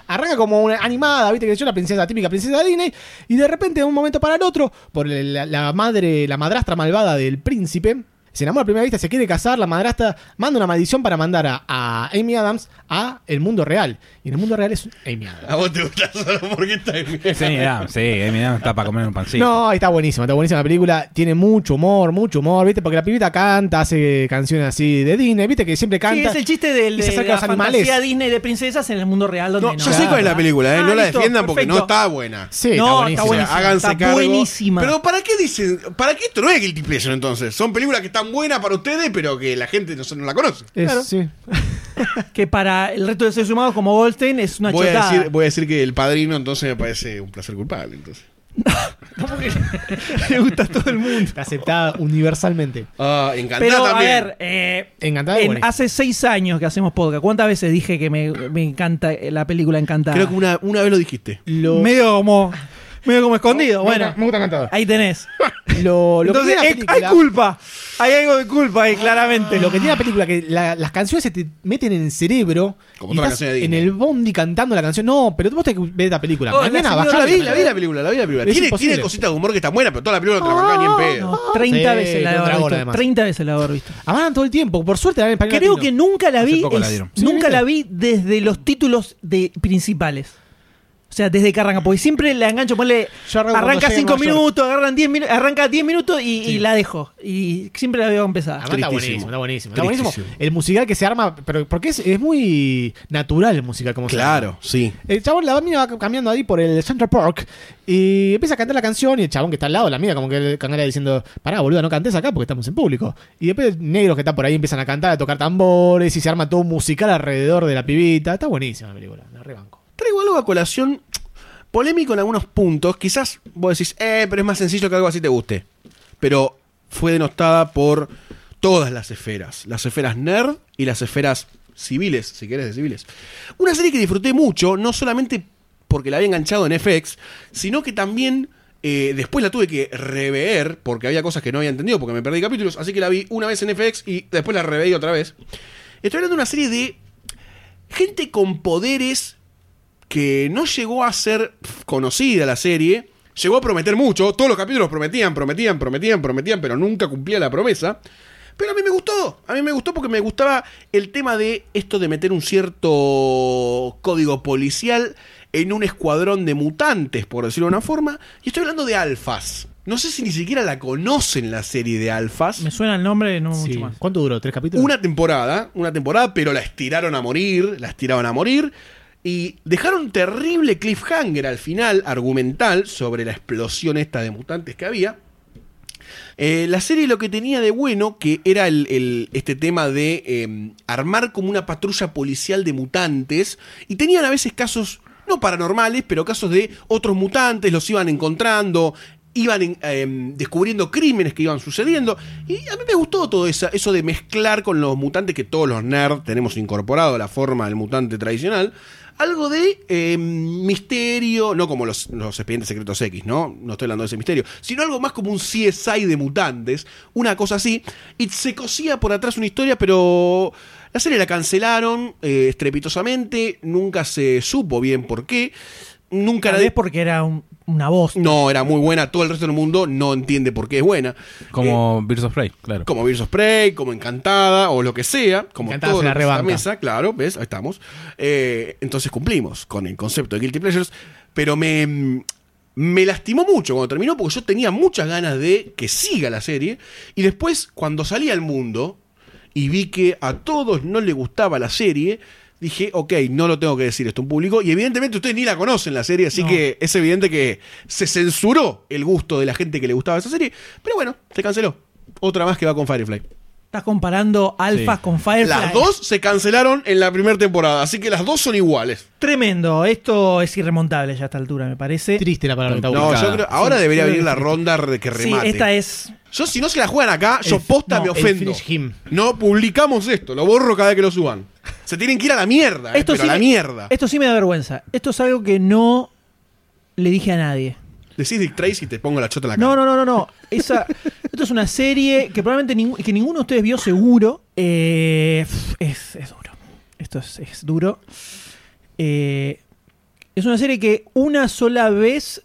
Arranca como una animada, viste que yo la princesa, típica princesa de Disney, y de repente de un momento para el otro, por el- la, la madre, la madrastra malvada del príncipe, se enamora a primera vista, se quiere casar, la madrastra manda una maldición para mandar a, a Amy Adams a el mundo real. Y en el mundo real es Amy Adams.
A vos te gusta solo porque está de mierda.
Sí, Amy Adams, sí, Amy Adams está para comer un pancito.
No, está buenísima, está buenísima la película. Tiene mucho humor, mucho humor, ¿viste? Porque la pibita canta, hace canciones así de Disney, ¿viste? Que siempre canta.
Sí, es el chiste del,
y se
de
acerca
la
a los animales.
fantasía Disney de princesas en el mundo real. Donde
No,
no,
ya sé cuál es la película, ¿eh?
Ah,
no la
listo,
defiendan porque no
perfecto.
está buena.
Sí, está
no,
buenísima.
está
O sea,
buenísima.
háganse
está
cargo.
buenísima.
Pero ¿para qué dicen? ¿Para qué esto no es Guilty Pleasure entonces? Son películas que están buenas para ustedes, pero que la gente no, no la conoce.
Es- sí.
Que para el resto de seres humanos como Goldstein es una
Voy a,
chotada.
decir, voy a decir que el padrino entonces me parece un placer culpable. Entonces.
Le gusta a todo el mundo. Está aceptada universalmente.
Ah, encantada
Pero a
también.
ver, eh,
Encantada de
en-
buenísima.
hace seis años que hacemos podcast. ¿Cuántas veces dije que me, me encanta eh, la película encantada?
Creo que una, una vez lo dijiste.
Lo-
medio como medio como escondido.
Me
bueno,
gusta- me gusta encantada.
ahí tenés.
Lo, lo
Entonces,
que
eh,
tiene la
hay
película,
culpa. Hay algo de culpa ahí, claramente.
lo que tiene la película, que la- las canciones se te meten en el cerebro.
Como
y
todas las
estás
canciones de
en
Disney.
el bondi cantando la canción. No, pero vos te ves la película.
Oh,
Mañana
la
No,
bajá
Ah, la vi,
la-
la vi la película, la vi la película.
Es
Tiene,
imposible.
tiene cositas de humor que están buenas, pero toda la película no te la bancaba ni en pedo.
No, 30
Sí,
Ah, veces la de
con dragón,
haber visto.
además.
30 veces la de haber visto.
Hablan todo el tiempo. Por suerte la ven en español
Creo que
latino.
nunca la
Hace
vi.
poco
es-
la dieron.
Sí,
nunca
¿viste?
la vi desde los títulos de principales. O sea, desde que arranca, porque siempre la engancho, ponle,
Yo arranco cuando
arranca
llegue a
5
Nueva York.
minutos, agarran 10 minu- arranca 10 minutos y, y la dejo. Y siempre la veo empezada.
Además, Ah, está
Tristísimo.
buenísimo, está buenísimo. Está buenísimo.
Tristísimo.
El musical que se arma, pero porque es, es muy natural el musical como se arma.
Claro, sí.
El chabón, la mina va caminando ahí por el Central Park y empieza a cantar la canción y el chabón que está al lado, la mina como que el canalla diciendo, pará, boludo, no cantes acá porque estamos en público. Y después negros que están por ahí empiezan a cantar, a tocar tambores y se arma todo un musical alrededor de la pibita. Está buenísima la película, la rebanco.
Traigo algo a colación polémico en algunos puntos. Quizás vos decís, eh, pero es más sencillo que algo así te guste. Pero fue denostada por todas las esferas. Las esferas nerd y las esferas civiles, si querés, de civiles. Una serie que disfruté mucho, no solamente porque la había enganchado en FX, sino que también eh, después la tuve que rever porque había cosas que no había entendido, porque me perdí capítulos. Así que la vi una vez en FX y después la reveí otra vez. Estoy hablando de una serie de gente con poderes que no llegó a ser conocida la serie, llegó a prometer mucho, todos los capítulos prometían, prometían, prometían, prometían, pero nunca cumplía la promesa. Pero a mí me gustó, a mí me gustó porque me gustaba el tema de esto de meter un cierto código policial en un escuadrón de mutantes, por decirlo de una forma. Y estoy hablando de alfas. No sé si ni siquiera la conocen la serie de alfas.
Me suena el nombre, no mucho más.
¿Cuánto duró? ¿Tres capítulos?
Una temporada, una temporada, pero la estiraron a morir, la estiraron a morir. Y dejaron terrible cliffhanger al final, argumental, sobre la explosión esta de mutantes que había. Eh, la serie lo que tenía de bueno, que era el, el- este tema de eh, armar como una patrulla policial de mutantes, y tenían a veces casos, no paranormales, pero casos de otros mutantes, los iban encontrando, iban en- em, descubriendo crímenes que iban sucediendo. Y a mí me gustó todo esa- eso de mezclar con los mutantes que todos los nerds tenemos incorporado, la forma del mutante tradicional. Algo de em, misterio, no como los, los expedientes secretos X, ¿no? No estoy hablando de ese misterio, sino algo más como un CSI de mutantes, una cosa así. Y se cosía por atrás una historia, pero la serie la cancelaron eh, estrepitosamente, nunca se supo bien por qué. Nunca
Tal
la
vez porque era un- una voz.
no, era muy buena. Todo el resto del mundo no entiende por qué es buena. Eh,
Como Birds of Prey, claro.
Como Birds of Prey, como Encantada o lo que sea. Como
Encantada
todo
se la
lo que está en
rebanca.
mesa, claro, ¿ves? Ahí estamos. Eh, entonces cumplimos con el concepto de Guilty Pleasures. Pero me, me lastimó mucho cuando terminó porque yo tenía muchas ganas de que siga la serie. Y después, cuando salí al mundo y vi que a todos no le gustaba la serie. Dije, ok, no lo tengo que decir esto en público. Y evidentemente ustedes ni la conocen la serie, así
No.
que es evidente que se censuró el gusto de la gente que le gustaba esa serie. Pero bueno, se canceló. Otra más que va con Firefly.
Estás comparando alfas con Firefly.
Las dos se cancelaron en la primera temporada, así que las dos son iguales.
Tremendo. Esto es irremontable ya a esta altura, me parece.
Triste la palabra que está
No,
buscada.
yo creo, ahora
Sí,
debería
sí,
venir
sí.
la ronda re- que
Sí,
remate.
esta es.
Yo si no se la juegan acá, yo
El-
posta
no,
me
el
ofendo.
finish him.
No publicamos esto, lo borro cada vez que lo suban. Se tienen que ir a la mierda, eh,
Esto
pero
sí
a la
me-
mierda.
Esto sí me da vergüenza. Esto es algo que no le dije a nadie.
Decís Dick Tracy y te pongo la chota en la cara.
No, no, no, no, no. Esa, esto es una serie que probablemente ningú- que ninguno de ustedes vio seguro. Eh, es, es duro. Esto es, es duro. Eh, es una serie que una sola vez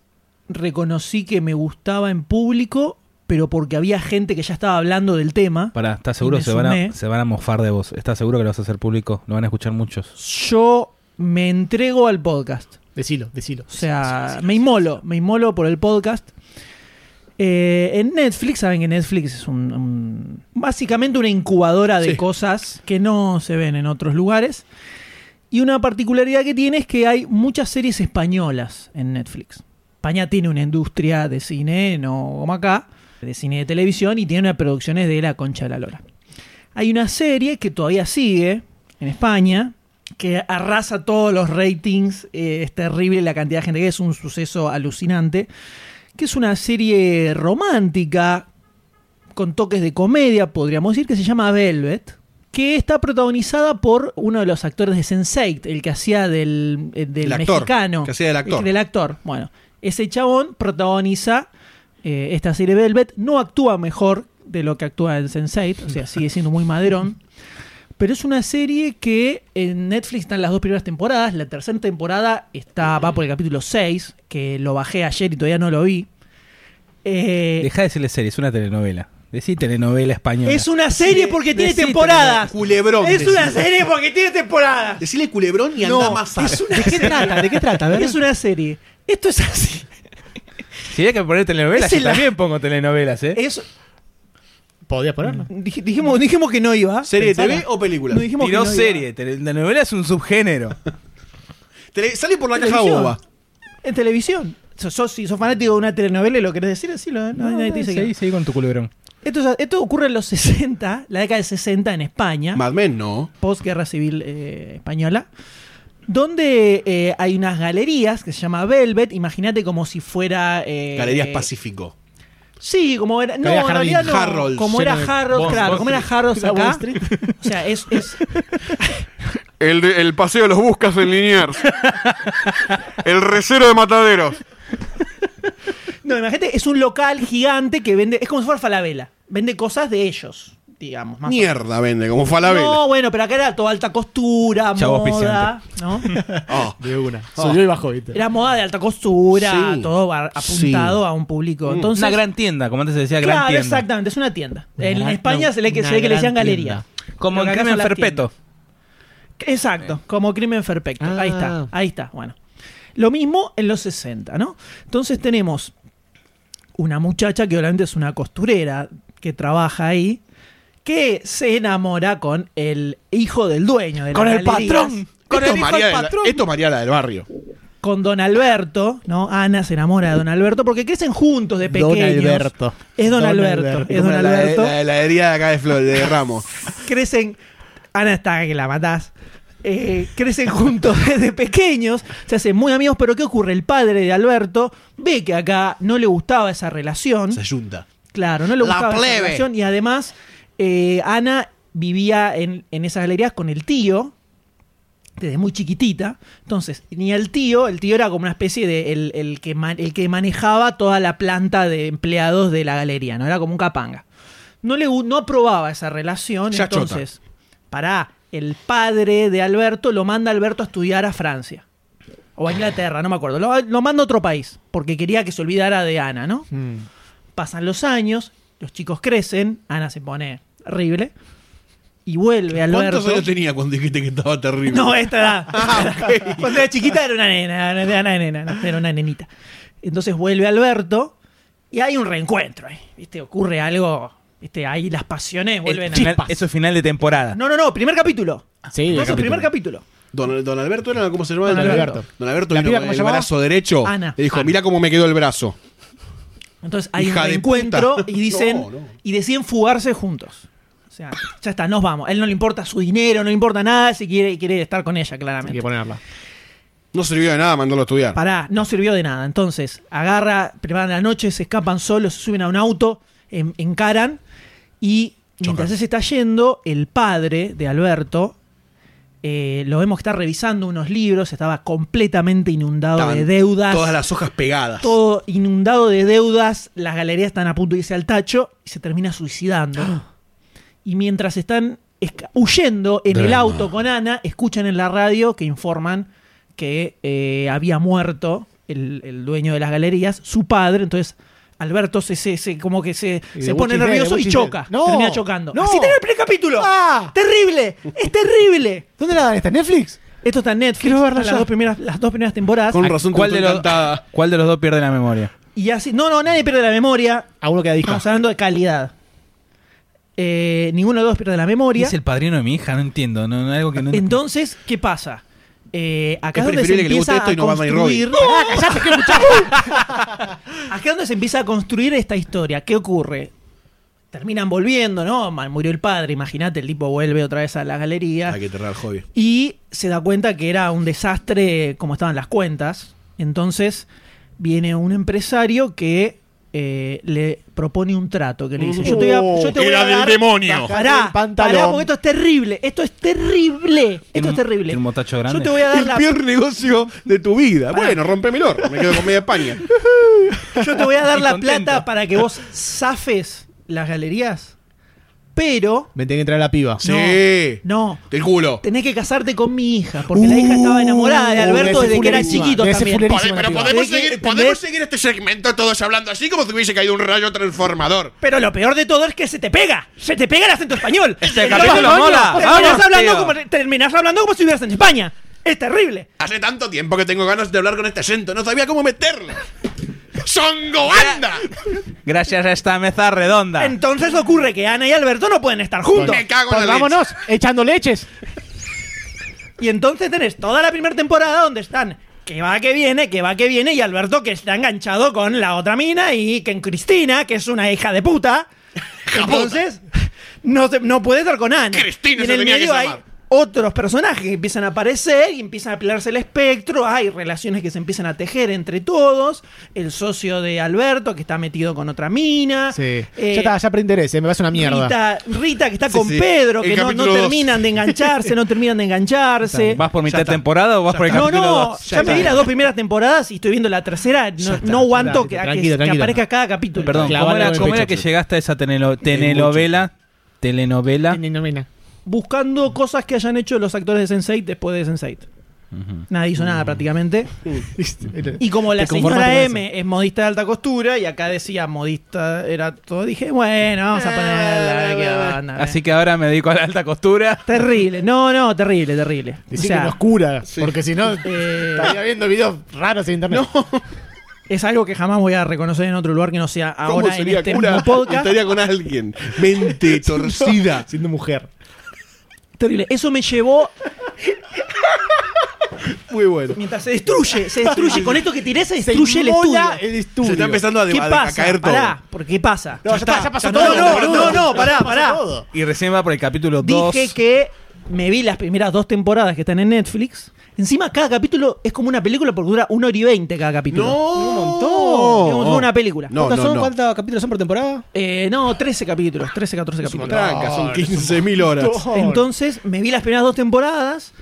reconocí que me gustaba en público, pero porque había gente que ya estaba hablando del tema.
Pará, ¿estás seguro?
Y me
Se van, a,
sumé.
se van a mofar de vos. ¿Estás seguro que lo vas a hacer público? Lo van a escuchar muchos.
Yo me entrego al podcast.
Decilo, decilo.
O sea, me inmolo, me inmolo por el podcast. Eh, en Netflix, saben que Netflix es un, un- básicamente una incubadora de
Sí.
cosas que no se ven en otros lugares. Y una particularidad que tiene es que hay muchas series españolas en Netflix. España tiene una industria de cine, no como acá, de cine y de televisión, y tiene unas producciones de la concha de la lora. Hay una serie que todavía sigue en España, que arrasa todos los ratings, eh, es terrible la cantidad de gente que es un suceso alucinante, que es una serie romántica con toques de comedia, podríamos decir, que se llama Velvet, que está protagonizada por uno de los actores de Sense8, el que hacía del, eh, del
El actor,
mexicano.
que hacía del actor.
El del actor. Bueno, ese chabón protagoniza eh, esta serie Velvet, no actúa mejor de lo que actúa en Sense8, o sea, sigue siendo muy maderón. Pero es una serie que en Netflix están las dos primeras temporadas. La tercera temporada está, va por el capítulo 6, que lo bajé ayer y todavía no lo vi. Eh,
Deja de decirle serie, es una telenovela. Decí telenovela española.
es una serie porque tiene
Decite,
temporadas.
Culebrón.
Es una
decile.
serie porque tiene temporadas.
Decile culebrón y anda
No,
más
es
alto.
una ¿De qué trata? ¿De qué trata?
ver.
Es una serie. Esto es así.
Si hay que poner telenovelas,
Esa
yo
es la-
también pongo telenovelas, ¿eh?
Es-
¿Podías ponerlo?
dij- dijimos, dijimos que no iba.
¿Serie de TV
Pensala.
o película?
No dijimos que
Tiró
no iba.
serie. Telenovela es un subgénero.
Tele- Sale por la caja
Televisión.
boba.
En televisión. So- sos- si sos fanático de una telenovela y lo querés decir, decilo. ¿eh? No, nadie te dice que no.
seguí, seguí con tu culebrón.
Esto, es- esto ocurre en los 60, la década de 60 en España,
Mad Men no.
posguerra civil eh, española, donde eh, hay unas galerías que se llama Velvet. Imagínate como si fuera. eh,
Galerías Pacífico.
Sí, como era. No,
Galería
en realidad
Jardín,
no.
Harrods,
como era
lleno de
Harold,
Bond-
claro,
Bond
como era
Street.
Harold
La Wall
acá.
Street.
O sea, es, es-
El, de- el paseo de los buscas en Liniers. El recero de mataderos.
No, imagínate, es un local gigante que vende. Es como si fuera Falabella. Vende cosas de ellos, digamos. Más o menos.
Mierda vende, como Falabella.
No, bueno, pero acá era toda alta costura,
Chavo
moda, ¿no?
Ah.
De una. Subió y bajó, ¿viste?
Era moda de alta costura,
Sí.
todo va apuntado
Sí.
a un público.
Mm.
Entonces,
una gran tienda, como antes se decía, gran
claro,
tienda.
exactamente, es una tienda.
Una
en
gran-
España
no,
se le, que,
una
se ve que le
gran
decían galería.
Como
Lo
en
que acá
Crimen
son las
Perpeto.
Exacto, como crimen perfecto.
Ah.
Ahí está, ahí está. Bueno, lo mismo en los 60, ¿no? Entonces tenemos una muchacha que obviamente es una costurera que trabaja ahí, que se enamora con el hijo del dueño de la
Con el
galería,
patrón.
Esto,
Con el
es
hijo
María
del
de la-
patrón.
esto es María la del barrio.
Con Don Alberto, ¿no? Ana se enamora de Don Alberto porque crecen juntos de
Don
pequeños.
Alberto.
Es Don,
Don
Alberto,
Alberto.
es Don
Como la-
Alberto.
La, la heladería de acá de Flor, de Ramos.
crecen. Ana está que la matás. eh, crecen juntos desde pequeños, se hacen muy amigos, pero ¿qué ocurre? El padre de Alberto ve que acá no le gustaba esa relación.
Se ayunta.
Claro, no le
La
gustaba esa
plebe.
relación. Y además, eh, Ana vivía en, en esas galerías con el tío desde muy chiquitita. Entonces, ni el tío, el tío era como una especie de el, el que, ma- el que manejaba toda la planta de empleados de la galería, ¿no? Era como un capanga. No le gu- no aprobaba esa relación,
Ya chota.
entonces, para el padre de Alberto lo manda a Alberto a estudiar a Francia. O a Inglaterra, no me acuerdo. Lo, lo manda a otro país, porque quería que se olvidara de Ana, ¿no?
Mm.
Pasan los años, los chicos crecen, Ana se pone horrible y vuelve Alberto.
¿Cuántos años Ah, tenía cuando dijiste que estaba terrible?
No, eh. esta edad. Cuando era chiquita era una nena, era una nena, no, era una nenita. Entonces vuelve Alberto y hay un reencuentro. ahí, ¿Viste? Ocurre algo. ¿Viste? Ahí las pasiones vuelven
El
a.
final- eso es final de temporada.
No, no, no, primer capítulo.
Sí,
No,
el
es el primer
capítulo.
capítulo.
Don, don Alberto era, ¿cómo se llamaba?
Don Alberto.
Don Alberto
¿La
vino
piba
con
cómo
el
se llamaba?
brazo derecho.
Ana.
Le dijo,
Ana.
mira cómo me quedó el brazo.
Entonces hay
Hija
un
de
reencuentro
puta.
y dicen
No, no.
y deciden fugarse juntos. O sea, ya está, nos vamos. A él no le importa su dinero, no le importa nada, si quiere, quiere estar con ella,
Hay
claramente.
que ponerla.
No sirvió de nada mandarlo a estudiar.
Pará, no sirvió de nada. Entonces, agarra, preparan la noche, se escapan solos, se suben a un auto, en- encaran y mientras él se está yendo, el padre de Alberto, eh, lo vemos que está revisando unos libros, estaba completamente inundado
Estaban
de deudas.
Todas las hojas pegadas.
Todo inundado de deudas, las galerías están a punto de irse al tacho y se termina suicidando. Y mientras están esca- huyendo en el
Drama.
auto con Ana, escuchan en la radio que informan que eh, había muerto el, el dueño de las galerías, su padre, entonces Alberto se, se- se- como que se,
Y de
se pone
Gucci Mane,
nervioso y
Gucci
choca,
Mane. No,
termina chocando.
no.
Así termina el primer capítulo.
¡Ah!
Terrible, es terrible.
¿Dónde la dan esta? ¿Netflix?
Esto está en Netflix,
Quiero verla
están
ya.
las dos primeras, las dos primeras temporadas.
Con razón te
¿Cuál
gustó
de, los,
encantada.
¿Cuál de los dos pierde la memoria?
Y así, no, no, nadie pierde la memoria.
A uno queda
Ah.
disco.
Estamos hablando de calidad. Eh, ninguno de los pierde la memoria.
Es el padrino de mi hija, no entiendo. No, no, algo que no
Entonces, ¿qué pasa? Eh, acá
Es
es donde se
preferible que le guste
empieza
esto
a
y no Batman y
construir.
Robin.
Pará, callate, quiero escuchar. acá es donde se empieza a construir esta historia. ¿Qué ocurre? Terminan volviendo, ¿no? Ma- Murió el padre, imagínate, el tipo vuelve otra vez a la galería.
Hay que enterrar al hobby.
Y se da cuenta que era un desastre como estaban las cuentas. Entonces viene un empresario que eh, le propone un trato, que le dice, yo te voy a, yo te voy
Oh, Era
a
del
dar-
demonio.
Pará,
el pantalón.
pará, porque esto es terrible, esto es terrible, esto
Tiene
es
un-
terrible.
tiene un motacho grande.
Yo te voy a dar
El
la,
peor negocio de tu vida. Bueno, rompeme el horno. Me quedo con media España.
yo te voy a dar
Y
la
contento.
plata para que vos zafes las galerías, pero
Me tiene que entrar la piba.
Sí.
no,
Del culo.
tenés que casarte con mi hija, porque la hija estaba enamorada de
Uh,
Alberto
debe ser
desde que era
fulerísima,
chiquito
debe ser
también.
fulerísima
Pero
la piba.
podemos
¿De qué?
seguir,
¿Entendés?
podemos seguir este segmento todos hablando así como si hubiese caído un rayo transformador.
Pero lo peor de todo es que se te pega. Se te pega el acento español.
Este
El
capítulo
acento español.
mola.
Terminás,
Vamos,
hablando
tío.
como, terminás hablando como si estuvieras en España. Es terrible.
Hace tanto tiempo que tengo ganas de hablar con este acento. No sabía cómo meterlo. ¡Songo, anda!
Gracias a esta mesa redonda.
Entonces ocurre que Ana y Alberto no pueden estar juntos.
Me cago en
Pues
la leche.
vámonos, echando leches.
Y entonces tenés toda la primera temporada donde están que va que viene, que va que viene, y Alberto que está enganchado con la otra mina y que en Cristina, que es una hija de puta. Entonces, no, se- no puede estar con Ana.
Cristina
y en
se
el
tenía que
medio hay
llamar.
otros personajes que empiezan a aparecer y empiezan a pelearse el espectro, hay relaciones que se empiezan a tejer entre todos, el socio de Alberto que está metido con otra mina.
Sí.
eh,
ya está, ya preinterés, eh, me vas a una mierda.
Rita, Rita que está
Sí,
con
sí.
Pedro,
El
que no, no
capítulo dos.
terminan de engancharse, no terminan de engancharse.
¿Vas por mitad de
está.
temporada o vas por el
No,
capítulo
no,
dos?
ya, me vi las dos primeras temporadas y estoy viendo la tercera. No,
está,
no aguanto
tranquilo,
que, a que-
tranquilo,
que
tranquilo.
aparezca cada capítulo.
Perdón, ¿cómo
Clavalo en
era,
el
cómo
pecho,
era que
sí.
llegaste a esa tenelo- telenovela? Telenovela.
Buscando cosas que hayan hecho los actores de Sense8 después de Sense8. Nadie hizo nada prácticamente. Y como la
Te conformaste
señora
con
M es modista de alta costura y acá decía modista era todo, dije, bueno, vamos a ponerla. a ver qué onda, eh.
Así que ahora me dedico a la alta costura.
Terrible, no, no, terrible, terrible. O
Decí
sea,
que nos cura, porque si no,
eh,
estaría viendo videos raros en internet.
es algo que jamás voy a reconocer en otro lugar que no sea ahora en este mismo podcast.
Estaría con alguien. Mente torcida.
Siendo mujer.
Terrible. Eso me llevó
Muy bueno.
Mientras se destruye, se destruye. Con esto que tiré se
Se
destruye el estudio.
inmola el estudio.
Se está empezando a, de-
¿Qué
a- a
pasa?
caer todo.
Pará, porque pasa.
No, ya está, ya pasó
no,
todo.
No,
boludo.
no, no, pará,
Ya pasó
pará.
todo.
Y recién va por el capítulo 2.
Dije que me vi las primeras dos temporadas que están en Netflix. Encima, cada capítulo es como una película porque dura 1 hora y 20 cada capítulo.
No.
un montón. Es como una película.
No,
¿Cuántas
no,
son?
no.
¿Cuántos capítulos son por temporada?
Eh, no, 13 capítulos, 13, 14
Es una
capítulos.
tranca, son 15.000 horas.
Entonces me vi las primeras dos temporadas.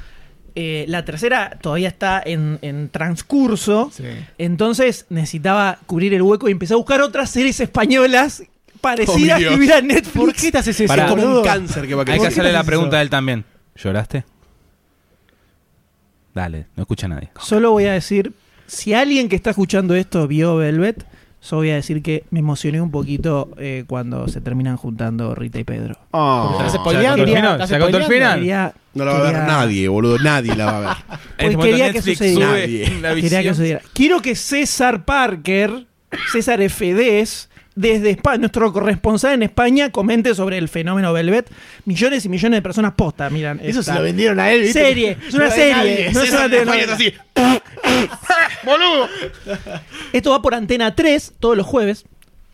eh, la tercera todavía está en, en transcurso.
Sí.
Entonces necesitaba cubrir el hueco y empecé a buscar otras series españolas
Oh,
parecidas
Dios.
que hubiera en Netflix.
¿Por qué te haces eso?
Pará.
Es como
boludo?
un cáncer que va a
Hay
crecer.
que hacerle la
haces
pregunta
eso?
a él también. ¿Lloraste? Dale, no escucha nadie.
Solo voy a decir, si alguien que está escuchando esto vio Velvet, solo voy a decir que me emocioné un poquito eh, cuando se terminan juntando Rita y Pedro.
Ah.
Estás
contó
spoileando.
el final,
estás
se contó el
spoileando.
final.
Quería-
No la va a ver
quería-
nadie, boludo. Nadie la va a ver.
En este
Porque
momento
Pues quería que
Netflix
sucediera.
sube
Nadie.
la
Quería que
visión.
sucediera. Quiero que César Parker, César FDs, desde España, nuestro corresponsal en España, comente sobre el fenómeno Velvet. Millones y millones de personas posta, miran.
Eso
esta
se lo vendieron a él, ¿viste?
Serie, es una
No hay
serie.
nadie.
no es una
César de España
telenovela.
está así. ¡Eh,
Esto va por Antena 3 todos los jueves.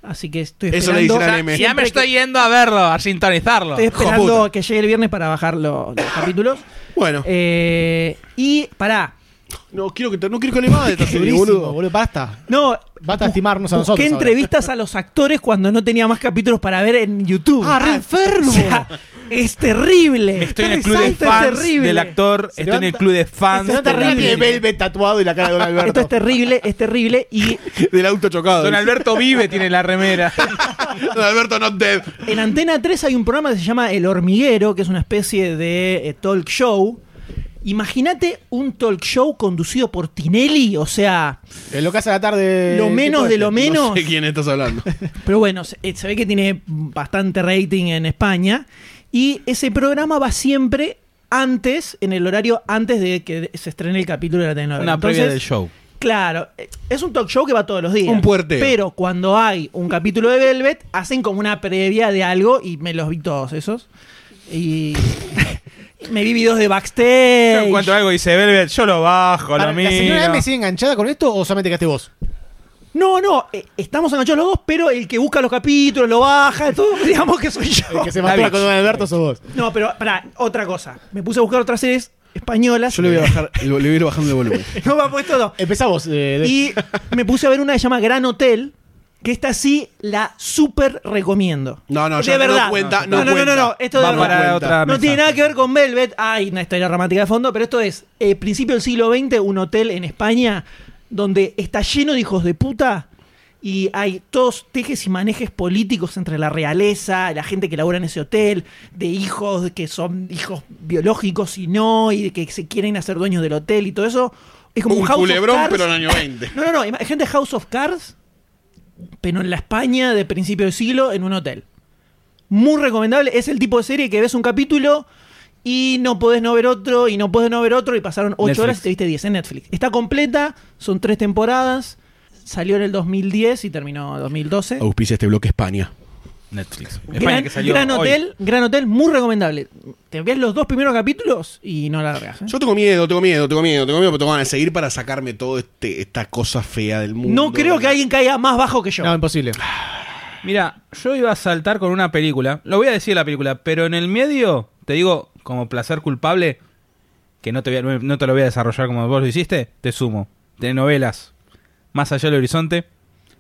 Así que estoy
Eso
esperando.
le dicen a M.
Ya me estoy yendo a verlo, a sintonizarlo.
Estoy
Hijo
esperando
puta.
que llegue el viernes para bajar lo- los capítulos.
Bueno,
Eh, y pará.
no quiero que te- no quiero que le vaya de esta serie,
Durísimo,
boludo.
boludo, basta.
No,
Basta de estimarnos a nosotros.
Busqué
ahora.
entrevistas a los actores cuando no tenía más capítulos para ver en YouTube.
Ah, re enfermo.
O sea, es terrible.
Estoy en el
Está
club de
resalta,
fans
es terrible.
del actor,
Se
estoy en el
levanta-
club de fans.
Se nota
de
re
la
que tiene
película.
Velvet tatuado y la cara de Don
Esto es
Alberto.
terrible, es terrible. Y
Del auto chocado.
Don Alberto vive, tiene la remera.
Don Alberto not dead.
en Antena 3 hay un programa que se llama El Hormiguero, que es una especie de eh, talk show. Imagínate un talk show conducido por Tinelli, o sea,
Eh, lo que hace a la tarde.
lo menos de lo
menos.
menos.
No sé quién estás hablando.
Pero bueno, se, eh, se ve que tiene bastante rating en España. Y ese programa va siempre antes, en el horario antes de que se estrene el capítulo de la telenovela.
Una previa
Entonces,
del show.
Claro, eh, es un talk show que va todos los días.
Un puerteo.
Pero cuando hay un capítulo de Velvet, hacen como una previa de algo y me los vi todos esos. Y me vi videos de
Yo
backstage.
encuentro algo y dice Velvet, yo lo bajo,
Para,
lo
¿La señora
miro.
M sigue enganchada con esto o solamente quedaste vos?
No, no, eh, estamos enganchados los dos, pero el que busca los capítulos, lo baja, todo, digamos que soy yo.
El que se masturba
bien.
con Don Alberto sos vos.
No, pero pará, otra cosa. Me puse a buscar otras series españolas.
Yo le voy a bajar, le voy a ir bajando el volumen.
No me ha puesto no.
Empezá vos. eh, de-
Y me puse a ver una que se llama Gran Hotel, que esta sí la súper recomiendo.
No, no,
de
ya no
verdad.
cuenta, no
no, no, no,
cuenta.
no, esto de
Va
verdad.
para
cuenta.
otra
No
mesa.
tiene nada que ver con Velvet. Hay una historia romántica de fondo, pero esto es eh, principio del siglo XX, un hotel en España donde está lleno de hijos de puta y hay todos tejes y manejes políticos entre la realeza, la gente que labora en ese hotel, de hijos que son hijos biológicos y no, y de que se quieren hacer dueños del hotel y todo eso. Es como un,
Un
House of
culebrón,
Cards.
pero en año 20.
No, no, no. ima- Gente de House of Cards, pero en la España de principio de siglo, en un hotel. Muy recomendable. Es el tipo de serie que ves un capítulo y no podés no ver otro, y no podés no ver otro, y pasaron 8
Netflix.
horas y te viste 10 en Netflix. Está completa, son 3 temporadas. Salió en el 2010 y terminó en 2012.
Auspicia este bloque España.
Netflix. España
Gran,
que salió
Gran
hoy.
hotel, gran hotel, muy recomendable. Te ves los dos primeros capítulos y no la ¿eh? regas.
Yo tengo miedo, tengo miedo, tengo miedo, tengo miedo, pero tengo ganas de seguir para sacarme todo este esta cosa fea del mundo.
No creo que alguien caiga más bajo que yo.
No, imposible.
Mira, yo iba a saltar con una película. Lo voy a decir la película, pero en el medio, te digo, como placer culpable, que no te, voy a- no te lo voy a desarrollar como vos lo hiciste, te sumo. Telenovelas. Más allá del horizonte,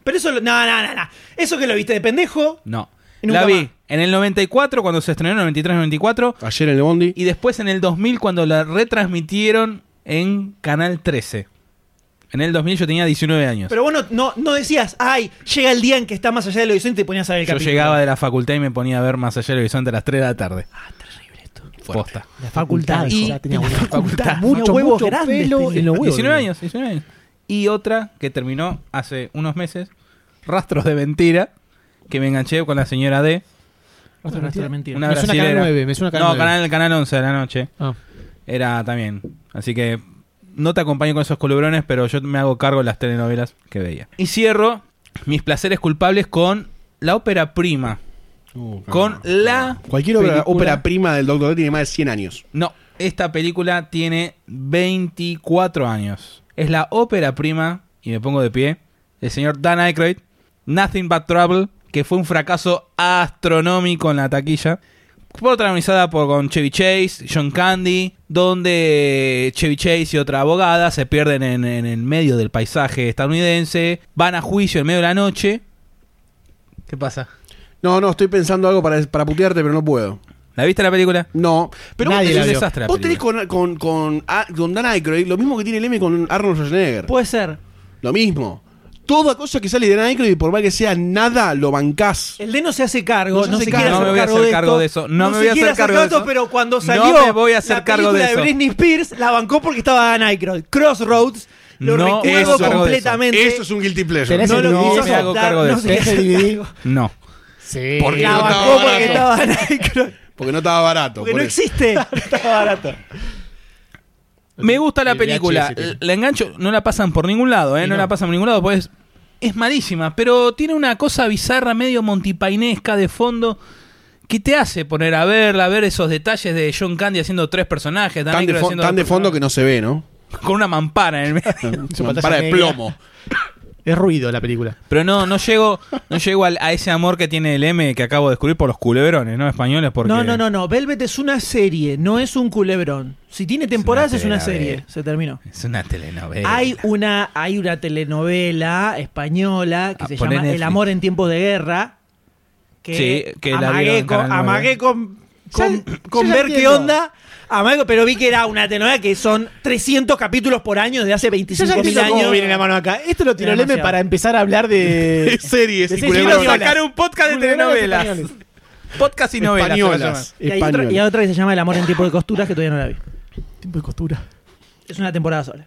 Pero eso, lo- no, no, no, no. Eso que lo viste de pendejo,
no.
Y nunca
La vi
más.
en el 94, cuando se estrenó, 93-94,
Ayer en el Bondi.
y después en el 2000, cuando la retransmitieron en Canal 13. En el 2000 yo tenía 19 años.
Pero vos no, no, no decías, ay, llega el día en que está más allá del horizonte y te ponías a ver el
Yo
capítulo.
llegaba de la facultad y me ponía a ver más allá del horizonte a las 3 de la tarde.
Ah, terrible esto.
Posta.
La
facultad,
Y
hijo.
ya tenía
La
huevos.
facultad,
Mucho,
mucho
mucho
grandes
pelo
tenía.
en los huevos.
19 años, 19 años. Y otra que terminó hace unos meses, Rastros de Mentira, que me enganché con la señora D.
Otra mentira. mentira.
Una
Me suena a Canal
brasilera.
9, me suena a Canal
no,
9.
Canal, canal 11 de la noche.
Ah.
Era también. Así que no te acompaño con esos culebrones, pero yo me hago cargo de las telenovelas que veía. Y cierro mis placeres culpables con la ópera prima con la.
Ah, Cualquier obra,
película-
ópera prima del Doctor Who tiene más de 100 años.
No, esta película tiene 24 años. Es la ópera prima, y me pongo de pie, del señor Dan Aykroyd, Nothing But Trouble, que fue un fracaso astronómico en la taquilla. Fue protagonizada por con Chevy Chase, John Candy, donde Chevy Chase y otra abogada se pierden en, en el medio del paisaje estadounidense, van a juicio en medio de la noche. ¿Qué pasa?
No, no, estoy pensando algo para, para putearte, pero no puedo.
¿La viste la película?
No, pero
Nadie
vos
la
tenés,
vio.
Desastre la
vos tenés con, con, con, a- con Dan Aykroyd lo mismo que tiene el M con Arnold Schwarzenegger.
Puede ser.
lo mismo. Toda cosa que sale de Dan Aykroyd, por más que sea nada, lo bancás.
El D no se hace cargo, no,
No se hace
se
cargo.
quiere
No
hacer
me
voy a
cargo,
hacer
de,
cargo
esto.
de eso. No me voy a
se quiere
hacer cargo de
esto,
eso.
pero cuando
No
salió
me voy a hacer
la
cargo de
película
eso.
de Britney Spears, la bancó porque estaba Dan Aykroyd. Crossroads, lo
No me
recuerdo
hago cargo de eso.
completamente.
Eso es un guilty pleasure.
Tenés
No
el
lo
DVD.
quiso
me hago
aceptar,
cargo de
no
eso.
se quiso
Tenés el
hacer
DVD.
cargo.
No.
Sí.
Porque
La
no estaba
bancó porque
barato.
estaba Dan Aykroyd.
Porque no estaba barato.
Porque
por
no
eso.
existe.
Me gusta la
El VHS
película.
tiene.
La engancho, no la pasan por ningún lado, ¿eh?
Y
No,
no.
la pasan por ningún lado, pues es malísima, pero tiene una cosa bizarra, medio montipainesca de fondo, que te hace poner a verla, a ver esos detalles de John Candy haciendo tres personajes,
Tan,
Dan
de,
Aykroyd
fo-
haciendo
tan
dos
de fondo que no se ve, ¿no?
personajes, con una mampara en el medio.
pantalla
Para de
negra.
plomo.
Es ruido la película.
Pero no, no llego, no llego al- a ese amor que tiene el M que acabo de descubrir por los culebrones, ¿no? Españoles, porque
No, no, no, no. Velvet es una serie, no es un culebrón. Si tiene temporadas es una serie.
telenovela. Eh.
Se terminó.
es una telenovela.
Hay una, hay una telenovela española que
Ah,
se
poné
llama
Netflix.
El amor en tiempos de guerra. Que,
Sí, que la vieron
amagué,
en
con,
Canal nueve.
amagué con- con-
Ya-
con
yo ya
ver qué
entiendo.
onda. amagué, pero vi que era una telenovela que son 300 capítulos por año desde hace
Yo ya
25 mil
entiendo cómo
años.
viene la mano acá. Esto lo tiró
Era
el M
demasiado.
para empezar a hablar de.
Es series.
de
y
series
culebrones.
españolas.
sacar un podcast de
Culebrones
telenovelas.
españoles.
Podcast y novelas. se va a llamar.
Españolas.
Y hay, otra, y hay
Españolas.
otra que se llama El amor en tiempos de costuras que todavía no la vi.
Tiempo de costura.
Es una temporada sola.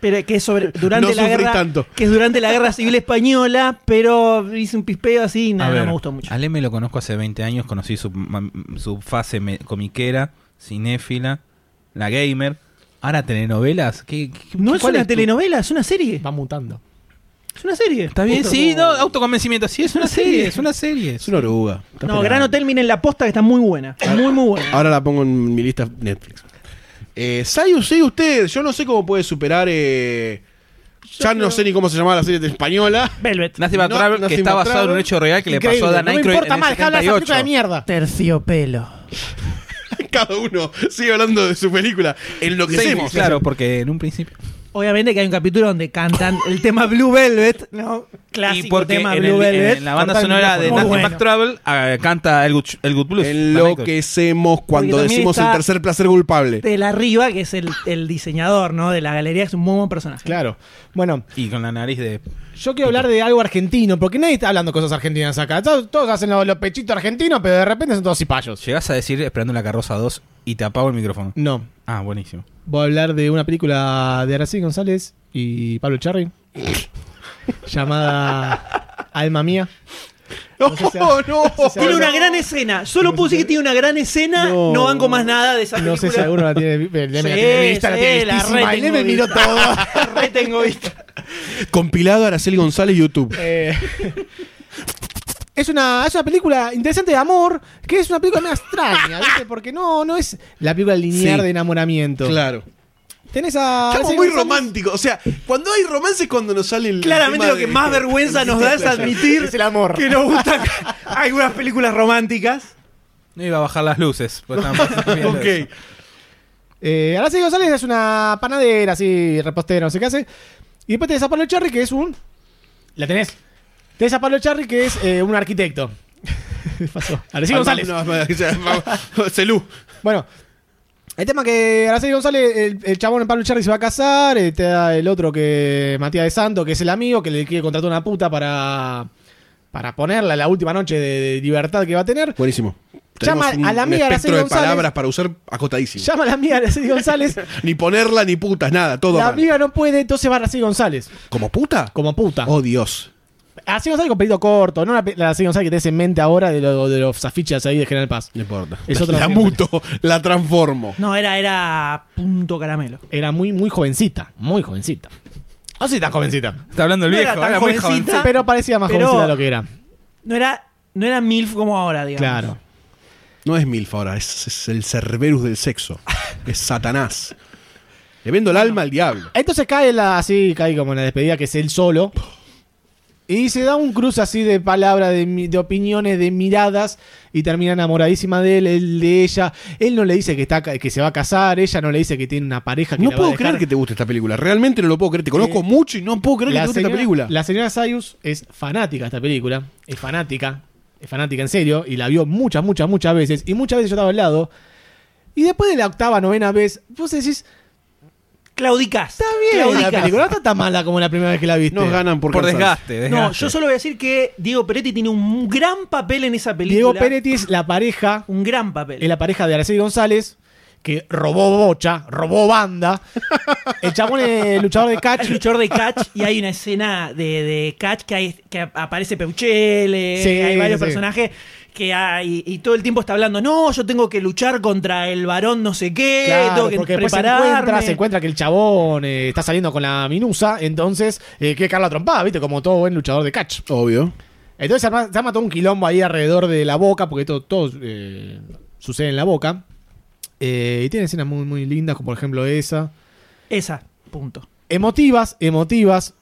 Pero que es sobre durante
No
la
sufrís
guerra
tanto.
que es durante la guerra civil española, pero hice un pispeo así y
A
nada, no
ver,
me gustó mucho.
Al M lo conozco hace 20 años, conocí su, ma- su fase me- comiquera, cinéfila, la gamer. Ahora telenovelas. ¿Qué, qué-
No
qué-
es
cuál
una
tu-
telenovela, es una serie.
Va mutando.
Es una serie.
Está bien,
Justo.
sí, no, autoconvencimiento. Sí, es una serie, es una serie.
Es una oruga. Está
No,
pelada.
Gran Hotel, miren la posta que está muy buena. Muy, muy buena.
Ahora la pongo en mi lista Netflix. Eh, Sayu, sí, usted. Yo no sé cómo puede superar. eh, ya no sé ni cómo se llamaba la serie española.
Velvet.
Nothing But
No,
Travel, que
Nothing
está
But
basado en un
Travel.
hecho real que le pasó a Dan
no me
Aykroyd
importa
en
más,
el
dejá hablar esa película de
78.
mierda.
Terciopelo.
Cada uno sigue hablando de su película. Enloquecemos.
Sí, claro, porque en un principio.
Obviamente que hay un capítulo donde cantan el tema Blue Velvet, ¿no? Clásico
y porque
tema
en,
Blue
el-
Velvet.
en la banda
Cortar el
sonora de
micrófono.
Nothing
Muy
But
bueno.
Travel eh, canta el Good, el Good Blues. Dan Aykroyd.
Enloquecemos cuando
Porque también
decimos
está-
el tercer placer culpable.
De la Riva, que es el, el diseñador, ¿no? De la galería, es un muy buen personaje.
Claro. Bueno,
Y con la nariz de.
yo quiero hablar de algo argentino, porque nadie está hablando cosas argentinas acá. Todos, todos hacen los, los pechitos argentinos, pero de repente son todos cipayos.
Llegas a decir esperando la carroza 2 y te apago el micrófono.
No.
Ah, buenísimo.
Voy a hablar de una película de Araceli González y Pablo Charri. llamada Alma Mía.
No,
No sé si- no sé si-
Tiene una gran escena. Solo puedo decir que tiene una gran escena. No,
No.
banco más nada de esa película.
No sé si alguno la tiene. El M la
Sí,
tiene vista, la
sí,
tiene
la
vistísima.
re
El M
tengo
miró
vista.
todo.
Re tengo vista.
Compilado Araceli González YouTube.
Eh, es, una, es una película interesante de amor, que es una película medio extraña, ¿viste? Porque no, no es la película lineal
Sí.
de enamoramiento.
Claro.
Tenés a.
Estamos
Araceli
muy
González-
románticos. O sea, cuando hay romance es cuando nos sale el.
Claramente
tema
lo que
de-
más vergüenza nos da es admitir
Es el amor.
que nos gustan algunas películas románticas.
No iba a bajar las luces. pues estábamos viendo eso.
Ok.
Eh, Araceli González es una panadera, así, repostera, no sé qué hace. Y después tenés a Pablo Charri, que es un. La tenés. Tenés a Pablo Charri, que es eh, un arquitecto. ¿Qué pasó? Araceli González.
No, no, no, Celú.
Bueno, el tema que Araceli González, el, el chabón en Pablo Charri se va a casar, está el otro que Matías de Santo, que es el amigo, que le quiere contratar una puta para, para ponerla la última noche de, de libertad que va a tener.
Buenísimo.
Llama
Tenemos
a la amiga
un espectro
Araceli
de
González.
palabras para usar acotadísimo.
Llama a la amiga Araceli González,
Ni ponerla, ni putas, nada, todo
la
mal.
amiga no puede, entonces va Araceli González,
¿Como puta?
como puta.
Oh, Dios.
Araceli González con pelito corto, no la, pe- la Araceli González que tenés en mente ahora de, lo- de los afiches ahí de General Paz.
No importa.
Es otra
la
opción.
muto, la transformo.
No, era, era punto caramelo.
Era muy, muy jovencita, muy jovencita. No sé si tan jovencita.
Está hablando el
No
viejo.
era tan
era muy
jovencita.
jovencita.
Pero parecía más
Pero-
jovencita de lo que era.
No era no era MILF como ahora, digamos.
Claro.
No es Milf ahora, es, es el Cerberus del sexo. Es Satanás. Le vendo el alma al diablo.
Entonces cae la, así, cae como en la despedida, que es él solo. Y se da un cruce así de palabras, de, mi- de opiniones, de miradas. Y termina enamoradísima de él, él de ella. Él no le dice que, está, ca- que se va a casar, ella no le dice que tiene una pareja que
No
la va a
puedo
dejar.
creer que te guste esta película. Realmente no lo puedo creer. Te conozco
Eh,
mucho y no puedo creer que te
la
guste
señora,
esta película.
la señora Sayus es fanática de esta película. Es fanática. Es fanática en serio. Y la vio muchas, muchas, muchas veces. Y muchas veces yo estaba al lado. Y después de la octava, novena vez, vos decís,
Claudicás.
está bien la
Claudicás.
película. No está tan mala como la primera vez que la viste.
Nos ganan por,
Por
cansancio.
desgaste,
No,
desgaste.
yo solo voy a decir que Diego Peretti tiene un gran papel en esa película.
Diego Peretti es la pareja.
Un gran papel.
Es la pareja de Araceli González. Que robó bocha, robó banda. El chabón es luchador de catch.
Es luchador de Catch y hay una escena de, de Catch que, hay- que aparece Peuchele,
Sí,
hay varios
sí.
personajes que hay y todo el tiempo está hablando, no, yo tengo que luchar contra el varón no sé qué, tengo
Claro,
que
porque después se
prepararme".
encuentra, se encuentra que el chabón eh, está saliendo con la minusa, entonces eh, que Carla trompada, ¿viste? Como todo buen luchador de catch.
Obvio.
Entonces se arma, se arma todo un quilombo ahí alrededor de la boca, porque todo, todo eh, sucede en la boca. Eh, y tiene escenas muy, muy lindas, como por ejemplo esa.
Esa, punto.
Emotivas, emotivas.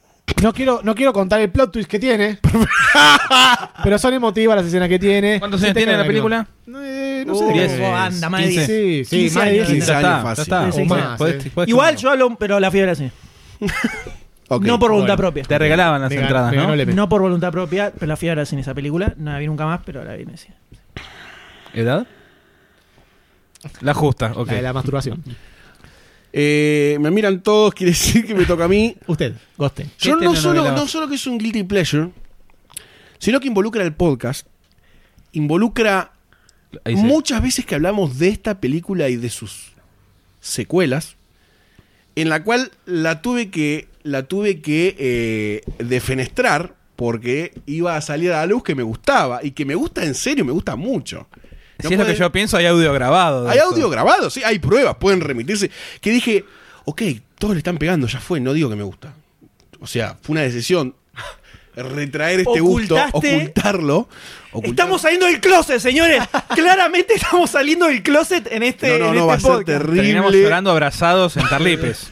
No quiero, no quiero contar el plot twist que tiene. pero son emotivas las escenas que tiene.
¿Cuántos
Se
años
te
tiene
cae
la película? Uh,
No, eh, no sé.
Oh,
de qué
diez.
es.
anda, más de
quince.
10.
Sí, sí,
15
más de
años.
10.
Ya está,
fácil.
ya está.
Sí, sí,
O
sí.
más, podés-
eh.
podés
Igual
tomarlo.
yo hablo, pero la fiebre así.
Ok.
no por voluntad
bueno.
propia.
Te regalaban las
Me gan-
entradas,
me
¿no?
ganó Lepe.
No por voluntad propia, pero la fui ahora sin esa película. No la vi nunca más, pero la vi en el cine.
¿Edad? La justa, ok.
La de la masturbación.
Eh, me miran todos, quiere decir que me toca a mí.
Usted, Goste.
Yo
¿Qué
no
telenovela
solo,
vas?
no solo que es un guilty pleasure, sino que involucra el podcast, involucra
Ahí se-
muchas veces que hablamos de esta película y de sus secuelas, en la cual la tuve que, la tuve que eh, defenestrar porque iba a salir a la luz que me gustaba y que me gusta en serio, me gusta mucho. No
si es lo que
puede-
yo pienso, hay audio grabado. de
hay
esto.
audio grabado, sí, hay pruebas, pueden remitirse. Que dije, ok, todos le están pegando, ya fue, no digo que me gusta. O sea, fue una decisión retraer este gusto,
Ocultaste-
ocultarlo. ocultarlo.
Estamos saliendo del closet, señores. Claramente estamos saliendo del closet en este,
No, no,
en
no, va a
este
ser
podcast.
Terminamos
terrible.
llorando abrazados en Tarlipes.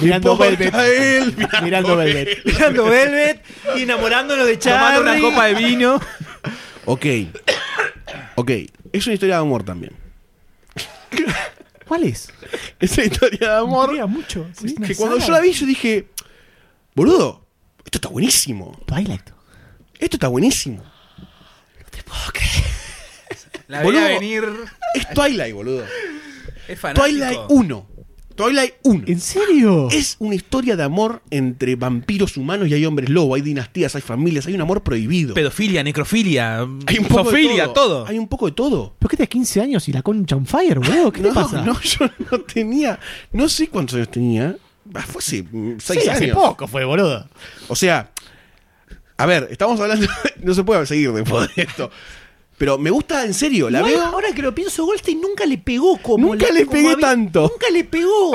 Mirando Velvet.
Él,
Mirando Velvet.
Mirando Velvet y enamorándonos de Charlie.
Tomando una copa de vino.
Ok. Ok. Es una historia de amor también.
¿Cuál es?
Es una historia de amor
mucho.
que cuando yo la vi yo dije, boludo, esto está buenísimo.
Baila esto.
Esto está buenísimo.
La
Boludo.
voy a venir.
Es Twilight, boludo.
Es fanático.
Twilight 1. Twilight 1.
¿En serio?
Es una historia de amor entre vampiros humanos y hay hombres lobo, hay dinastías, hay familias, hay un amor prohibido.
Pedofilia, necrofilia,
hay un poco de
zoofilia, todo.
Hay un poco de todo.
¿Pero qué te 15 años y la concha on fire, boludo? ¿Qué
no,
te pasa?
no, yo no tenía. No sé cuántos años tenía. Ah, Fue hace mm, seis
Sí,
años.
hace poco fue, boludo.
O sea, a ver, estamos hablando. no se puede seguir después de esto. Pero me gusta en serio, la
Igual,
veo.
Ahora que lo pienso, Goldstein nunca le pegó como.
Nunca le
como
pegué
había-
tanto.
Nunca le pegó.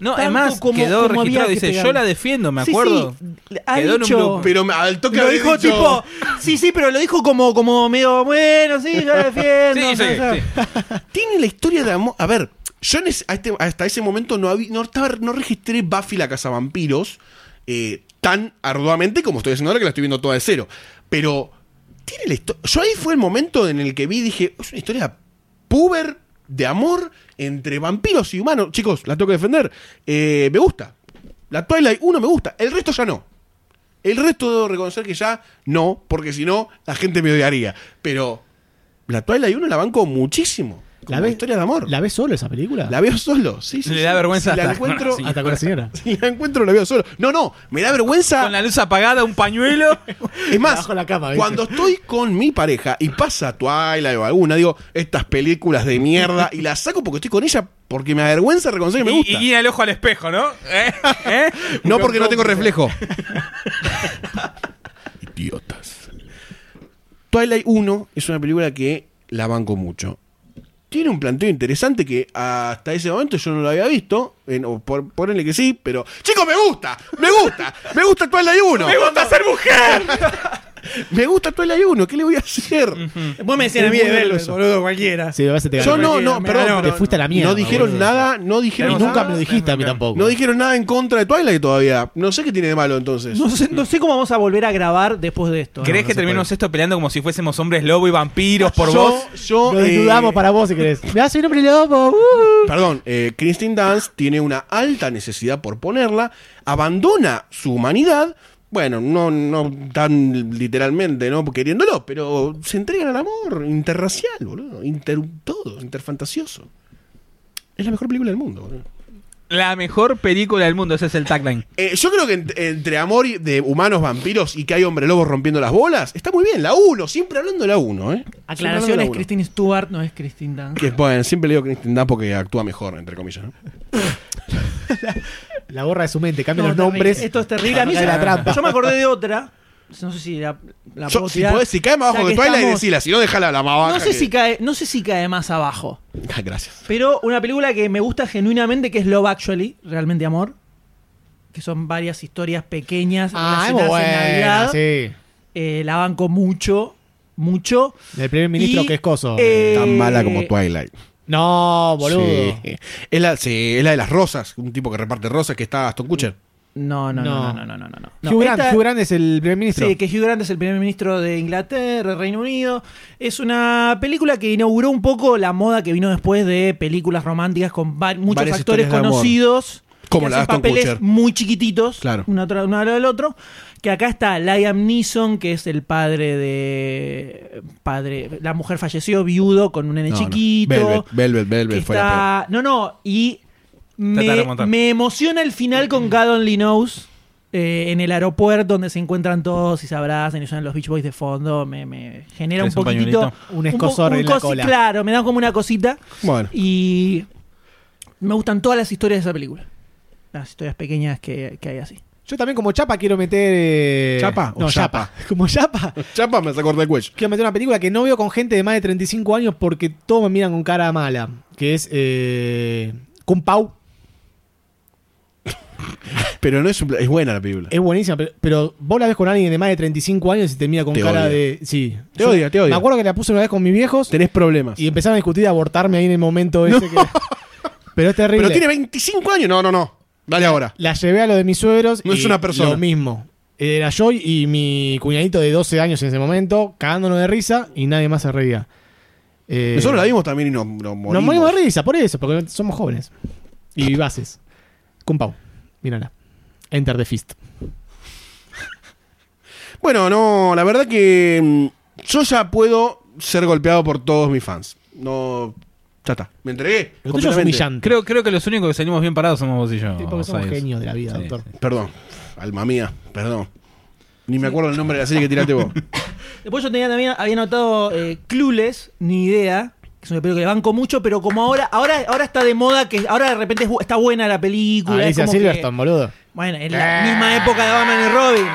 No,
tanto
además
como-
quedó
como había
registrado.
que
Dice,
pegar.
yo la defiendo, me
Sí,
acuerdo.
sí, ha
Quedó en un
dicho-
bloop.
Pero me- al toque
Lo
habré
dijo
dicho-
tipo. Sí, sí, pero lo dijo como, como medio. Bueno, sí, yo la defiendo.
Sí,
o sea,
sí,
o sea,
sí.
Tiene la historia de amor. A ver, yo en ese- a este- hasta ese momento no, habí- no, estaba- no registré Buffy la cazavampiros eh, tan arduamente como estoy haciendo ahora que la estoy viendo toda de cero. Pero tiene la historia. Yo ahí fue el momento en el que vi, dije, es una historia puber de amor entre vampiros y humanos. Chicos, la tengo que defender. Eh, me gusta. La Twilight 1 me gusta. El resto ya no. El resto debo reconocer que ya no, porque si no, la gente me odiaría. Pero la Twilight 1 la banco muchísimo. La
ves-
historia de amor.
¿La
La,
ves solo esa película?
veo solo. Sí, sí,
Le
sí.
da vergüenza
Si la
hasta-
encuentro,
sí.
Hasta con la señora.
si la encuentro, la veo solo. No, no, me da vergüenza.
Con la luz apagada, un pañuelo.
Es más,
Bajo la cama, ¿viste?
cuando estoy con mi pareja y pasa Twilight o alguna, digo, estas películas de mierda y las saco porque estoy con ella porque me avergüenza reconocer que me
Y- Y
gusta.
guía el ojo al espejo, ¿no? ¿Eh? ¿Eh?
no porque no tengo reflejo. Idiotas. Twilight 1 es una película que la banco mucho. Tiene un planteo interesante que hasta ese momento yo no lo había visto. en- o por, ponele que sí, pero. ¡Chicos, me gusta! ¡Me gusta! ¡Me gusta Twilight 1!
¡Me gusta ser mujer!
Me gusta Twilight 1, ¿qué le voy a hacer?
Vos me decían a mí
Es
de
muy
Velvet,
doloroso.
boludo, cualquiera.
Sí, me parece que te
Yo
ganó.
no, no,
me
perdón,
ganó.
pero
Te fuiste a la mierda,
No dijeron
boludo.
nada, no
Y
dijeron
nunca
nada.
me lo dijiste a mí tampoco.
No dijeron nada en contra de Twilight todavía. No sé qué tiene de malo entonces.
No sé, no sé cómo vamos a volver a grabar después de esto.
¿Crees
No,
que
no se
terminemos esto peleando como si fuésemos hombres lobo y vampiros por
yo,
vos?
Yo,
Lo
eh,
desnudamos para vos si querés. Me hace un hombre lobo. uh.
Perdón, eh, Christine Dance tiene una alta necesidad por ponerla, abandona su humanidad, bueno, no, no tan literalmente, ¿no? Queriéndolo, pero se entregan al amor interracial, boludo, inter todo, interfantasioso. Es la mejor película del mundo, boludo.
La mejor película del mundo, ese es el tagline.
Eh, yo creo que ent- entre amor y- de humanos vampiros y que hay hombre lobos rompiendo las bolas, está muy bien. La 1, siempre hablando de la 1, ¿eh? Siempre hablando de la
Aclaraciones,
uno.
Christine Stewart no es Christine Dunn.
Que, bueno, siempre le digo Christine Dance porque actúa mejor, entre comillas, ¿no?
La borra de su mente, cambia
No,
los
terrible.
nombres.
Esto es terrible. A mí
Cae
se-
la trampa.
Yo me acordé de otra. No sé si la, la
Yo-
puedo
si,
tirar.
podés- si cae más
Ya
abajo que
que
Twilight,
estamos-
decila. Si no, déjala la más baja.
No sé,
que-
si cae, no sé si cae más abajo.
Ah, gracias.
Pero una película que me gusta genuinamente, que es Love Actually, realmente amor. Que son varias historias pequeñas.
Ah, es muy
relacionadas en
buena,
Navidad.
sí.
Eh, la banco mucho, mucho.
Del primer ministro
Y,
que es coso.
eh,
Tan mala como Twilight.
no, boludo.
Sí. Es, la, sí, es la de las rosas. Un tipo que reparte rosas que está Aston Kutcher.
No, no, no,
No.
no, no, no, no. no.
Hugh,
Esta-
Grant, Hugh Grant es el primer ministro.
Sí, que Hugh Grant es el primer ministro de Inglaterra, Reino Unido. Es una película que inauguró un poco la moda que vino después de películas románticas con va- muchos
Varias
actores
historias de amor.
conocidos.
Como
que
la de
hacen
Ashton
papeles
Kutcher.
muy chiquititos,
Claro.
uno tra- uno al lado del otro. Que acá está Liam Neeson, que es el padre de. padre La mujer falleció viudo con un nene
No, no.
chiquito.
Velvet, Velvet, Velvet
que
fue la
está- No, no, y
Trata de
me,
remontar.
me emociona el final con God Only Knows eh, en el aeropuerto donde se encuentran todos y se abrazan y suenan los Beach Boys de fondo. Me, me genera un
¿Querés un
poquitito.
pañuelito?
Un escozor
po-
en la
cosi-
cola.
Claro, me da como una cosita.
Bueno.
Y me gustan todas las historias de esa película. Las historias pequeñas que, que hay así.
Yo también como chapa quiero meter... eh,
¿Chapa o
No, chapa. Como chapa.
Chapa me sacó del cuello.
Quiero meter una película que no veo con gente de más de 35 años porque todos me miran con cara mala. Que es... Eh, Kung Pao.
Pero no es, un pla- es buena la película.
Es buenísima, pero, pero vos la ves con alguien de más de 35 años y te mira con
Te
cara
odia.
de... Sí.
Te odia, te odia.
Me acuerdo que la puse una vez con mis viejos
Tenés problemas.
y empezaron a discutir de abortarme ahí en el momento ese que... Pero es terrible.
Pero tiene 25 años. No, no, no.
Eh,
Dale ahora.
La llevé a lo de mis suegros.
No
y
es una persona.
Lo mismo. Era yo y mi cuñadito de 12 años en ese momento, cagándonos de risa y nadie más se reía. Eh,
Nosotros la vimos también y nos, nos morimos.
Nos morimos de risa, por eso, porque somos jóvenes. Y vivaces. Cumpau, mírala. Enter the Fist.
Bueno, no, la verdad que mm, yo ya puedo ser golpeado por todos mis fans. No, ya está. Me entregué.
Lo tuyo es
completamente.
humillante.
Creo, creo que los únicos que salimos bien parados somos vos y yo.
Sí, porque somos
Sayos.
genios de la vida,
Sí,
doctor.
Perdón, alma mía, perdón. Ni me acuerdo el nombre de la serie que tiraste vos.
Después yo tenía también, había anotado eh, Clueless, ni idea. Que es una película que banco mucho, pero como ahora, ahora, ahora está de moda, que ahora de repente es bu- está buena la película. es
Ah, Alicia
como que-
Silverstone, boludo.
Bueno, en la
Eh.
misma época de Batman y Robin.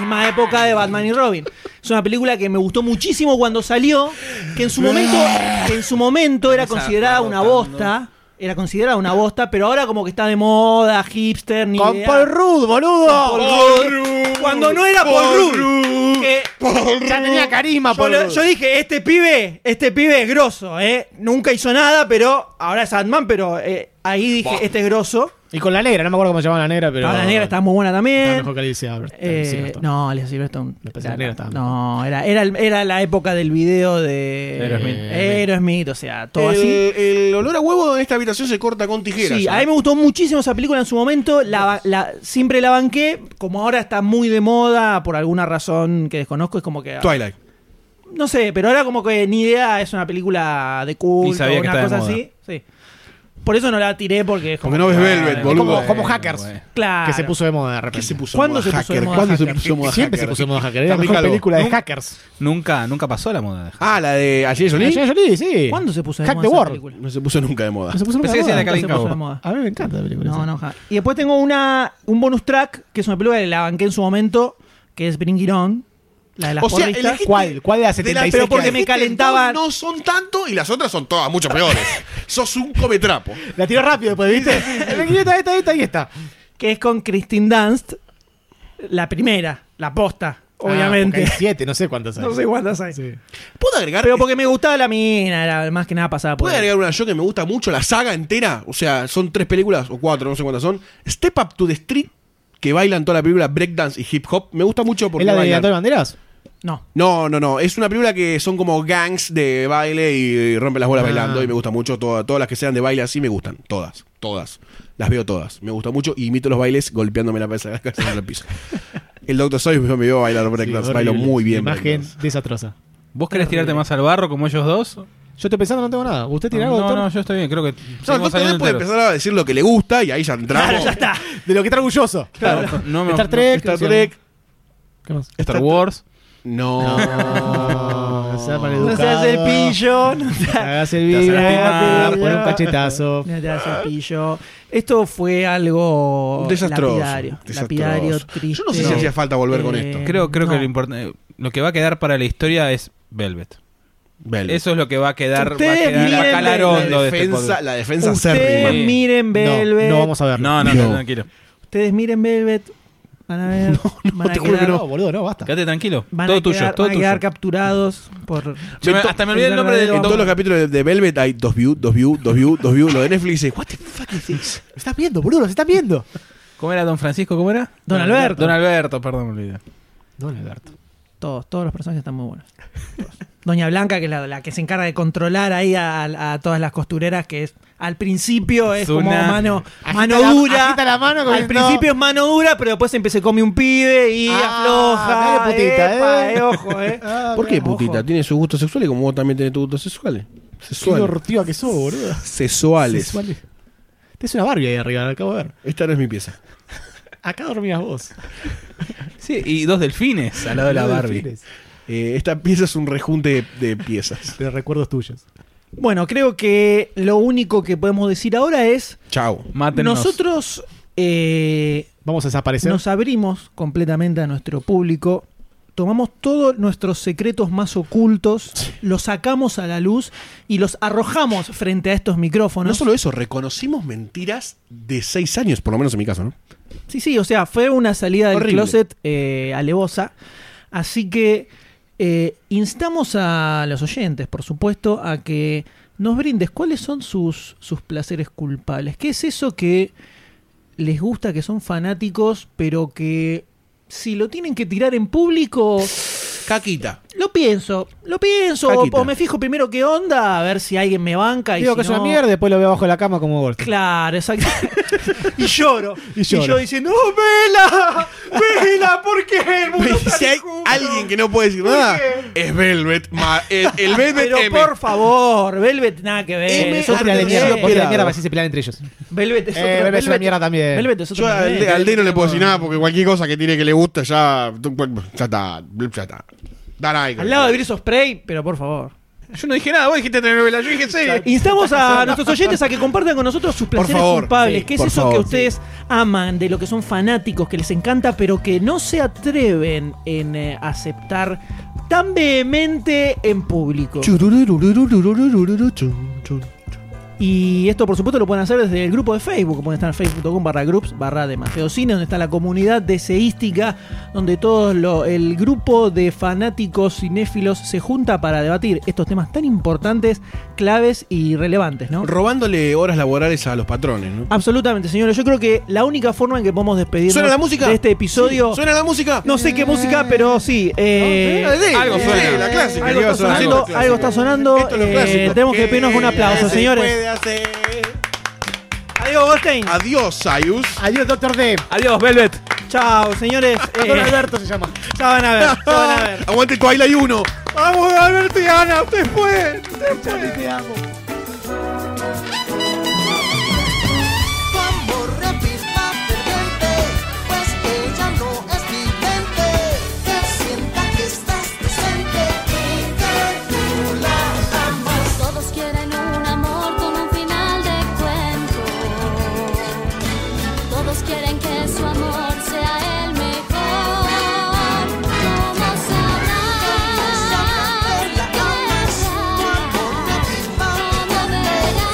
Misma época de Batman y Robin. Es una película que me gustó muchísimo cuando salió, que en su momento, que en su momento era
Esa
considerada una
rotando.
bosta. Era considerada una bosta, pero ahora como que está de moda, hipster, ni
Con
idea.
Paul Rudd, boludo.
Paul Rudd. Cuando no era Paul Rudd. Que-
Ya tenía carisma,
yo,
Paul
lo-
Rudd.
yo dije, este pibe, este pibe es grosso, ¿eh? Nunca hizo nada, pero ahora es Batman, pero eh, ahí dije, este es grosso.
Y con la negra, no me acuerdo cómo se llamaba la negra, pero.
Ahora Ah, la negra está muy buena también.
Está mejor que Alicia
Eh,
Silverstone.
no, Alicia Silverstone.
Me parece que
era-
negra estaba mejor.
no, era, era, el- era la época del video de
Aerosmith.
Aerosmith, o sea, todo
el,
así.
el olor a huevo en esta habitación se corta con tijeras.
Sí,
¿no?
a mí me gustó muchísimo esa película en su momento. La, la- siempre la banqué. Como ahora está muy de moda, por alguna razón que desconozco, es como que.
Twilight.
No sé, pero ahora como que ni idea es una película de
Ni
culto,
sabía que
una
estaba de
cosa
moda.
así. Sí. Por eso no la tiré porque es como.
Porque no ves Velvet,
es
como-
boludo.
como hackers.
eh, bueno.
Claro.
Que se puso de moda de repente.
¿Qué se puso
¿Cuándo
moda
se puso de
hacker?
moda
¿Cuándo
hacker?
se puso de moda
Siempre se
hacker?
puso de moda hacker. Era la mejor
Explícalo.
película de
Nunca-
hackers.
Nunca, nunca pasó la moda.
Ah, la de Angelina Jolie.
Angelina Jolie, sí.
¿Cuándo se puso de
Hack
moda
the
esa
World.
película?
No se puso nunca de moda.
No se puso
Pensé
nunca
que
de
decía
moda.
la Cabin
Nunca se puso
Cow.
de moda.
A mí me encanta la película.
No,
esa.
no, ja. Y después tengo una, un bonus track, que es una película que la banqué en su momento, que es Bring It On, la de las
O sea,
porristas.
elegiste-
¿Cuál? ¿Cuál de las
De la-
76?
pero porque
que hay?
me calentaban.
No son tanto y las otras son todas mucho peores. Sos un cometrapo.
La tiró rápido después, ¿viste? La quinieta, esta, esta y esta.
que es con Christine Dunst, la primera, la posta. obviamente.
Ah, porque hay siete, no sé cuántas hay.
no sé cuántas hay.
Sí.
¿Puedo agregar?
Pero porque me gustaba la mina, era más que nada pasada por
¿Puedo
ahí.
agregar una yo que me gusta mucho? La saga entera. O sea, son tres películas o cuatro, no sé cuántas son. Step Up to the Street, que bailan toda la película breakdance y hip hop. Me gusta mucho porque
¿Es la de
bailan.
Antonio Banderas?
No.
No, no, no. Es una película que son como gangs de baile y rompen las bolas
Ah.
bailando. Y me gusta mucho. Toda- todas las que sean de baile así me gustan. Todas. Todas. Las veo todas. Me gusta mucho. Y imito los bailes golpeándome la cabeza la cabeza en el piso. El Dr. Soy me vio bailar breakdance.
Sí,
Bailo
horrible.
muy bien.
Imagen
breakdance.
desastrosa.
¿Vos querés tirarte más al barro como ellos dos?
Yo estoy pensando, no tengo nada. ¿Usted tiene algo,
No,
doctor?
no, yo estoy bien, creo que.
No,
seguimos
entonces
saliendo
puede
enteros.
empezar a decir lo que le gusta y ahí ya entramos.
Claro, ya está.
De lo que está orgulloso.
No, no me-
Star Trek.
Star
sí,
Trek.
¿Qué más?
Star Wars.
No.
No, sea
No
maleducado.
seas el pillo. No te,
Te hagas el
Te haces
vidrio,
lastimar,
pon un cachetazo.
no te hagas el pillo. Esto fue algo
Desastroso,
lapidario,
desastroso.
lapidario, triste.
Yo no sé si hacía falta volver con
Eh,
esto.
Creo, creo
no.
que lo importante. Lo que va a quedar para la historia es Velvet.
Vale.
Eso es lo que va a quedar.
Ustedes
va a quedar
miren
acá la
Velvet.
rondo
la
de este
defensa,
podcast.
la defensa acérrima.
Ustedes
Sí.
miren Velvet.
No, no vamos a verlo.
No, no, no, tranquilo.
Ustedes miren Velvet. Van a ver. van a
te juro que
quedar-
no, boludo, no, basta.
Quédate tranquilo.
Van
todo
a quedar,
tuyo, todo
van a quedar
tuyo.
capturados por.
Yo me- hasta me olvidé el
verdadero
nombre del
En
amor.
todos los capítulos de, de Velvet hay dos views, dos views, dos views, dos views. Lo de Netflix es, ¿what the fuck is this?
Lo estás viendo, boludo, lo estás viendo.
¿Cómo era Don Francisco? ¿Cómo era?
Don Alberto.
Don Alberto, perdón, me olvidé.
Don Alberto.
Todos, todos los personajes están muy buenos. Todos. Doña Blanca, que es la, la que se encarga de controlar ahí a, a todas las costureras, que es al principio es
Es una-
como mano,
Agita
mano
la-
dura.
agita la mano como
al
diciendo-
principio es mano dura, pero después empieza a come un pibe y
Ah,
afloja.
medio putita,
epa,
eh.
eh, ojo, eh.
Ah,
¿Por qué, putita?
Ojo.
Tiene sus gustos sexuales como vos también tenés tus gustos sexuales.
Qué
Sexuales.
hortiva que sos, boludo.
Sexuales.
Sexuales. Te es una Barbie ahí arriba, la acabo de ver.
Esta no es mi pieza.
Acá dormías vos.
Sí, y dos delfines al lado de la Barbie.
Delfines.
Eh, esta pieza es un rejunte de, de piezas.
De recuerdos tuyos.
Bueno, creo que lo único que podemos decir ahora es:
Chao.
Mátenos.
nosotros eh,
Vamos a desaparecer.
Nos abrimos completamente a nuestro público. Tomamos todos nuestros secretos más ocultos, los sacamos a la luz y los arrojamos frente a estos micrófonos.
No solo eso, reconocimos mentiras de seis años, por lo menos en mi caso, ¿no?
Sí, sí, o sea, fue una salida del
Horrible.
closet eh, alevosa. Así que eh, instamos a los oyentes, por supuesto, a que nos brindes cuáles son sus, sus placeres culpables. ¿Qué es eso que les gusta, que son fanáticos, pero que si lo tienen que tirar en público...
Caquita.
Lo pienso, lo pienso, o,
Caquita.
o me fijo primero qué onda, a ver si alguien me banca y
Digo
si
que es una
no-
mierda, después lo veo abajo de la cama como Gorky.
Claro, exacto. y lloro.
Y
Y,
lloro.
yo diciendo, ¡Oh, Vela! ¡Vela! ¿Por qué el mundo está
Si hay
injusto?"
alguien que no puede decir nada, es Velvet. ma- el, el Velvet
Pero
M.
por favor, Velvet nada que ver.
M,
es
Son
otro
pila de
nivel.
Eh, mierda, porque la
Pelado.
mierda para así se pelean entre ellos.
Velvet es
Eh,
otro
Velvet es una mierda también.
Velvet es otro
Yo al,
nivel.
al D no le puedo decir nada porque cualquier cosa que tiene que le gusta ya. Ya está. Ya está. Dan algo.
Al lado de Virus Spray, pero por favor.
Yo no dije nada, vos dijiste telenovela, yo dije serie.
Instamos a nuestros oyentes a que compartan con nosotros sus placeres
favor,
culpables,
sí,
que es
por
eso
favor,
que ustedes aman, de lo que son fanáticos, que les encanta, pero que no se atreven en eh, aceptar tan vehemente en público. Y esto, por supuesto, lo pueden hacer desde el grupo de Facebook. Pueden estar en facebook.com barra groups barra demasiado cine, donde está la comunidad deseística, donde todo lo- el grupo de fanáticos cinéfilos se junta para debatir estos temas tan importantes, claves y relevantes, ¿no?
Robándole horas laborales a los patrones, ¿no?
Absolutamente, señores. Yo creo que la única forma en que podemos despedirnos
¿Suena la música?
de este episodio.
¿Suena la música?
No sé qué música, pero sí. eh,
Suena la de-
algo
de-
suena.
La clásica.
algo está
iba a sonar.
sonando,
Algo
algo está sonando.
Esto es lo
eh,
clásico.
tenemos que
¿Qué
pedirnos un aplauso,
se
señores.
puede hacer?
Adiós, Goldstein.
Adiós, Sayus.
Adiós, Doctor D.
Adiós, Velvet.
Chao, señores. Eh,
Don Alberto se llama.
ya van a ver, ya van a ver.
Aguante Twilight 1. Vamos, Alberto y Ana, usted fue.
Como Revis va perdente, pues ella no es vidente. Que sienta que estás presente y que tú la amas.
Todos quieren un amor con un final de cuento. Todos quieren que su amor sea el mejor. ¿Cómo sabrán?
Sabrán que la amas. Como
que
Revis va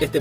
Este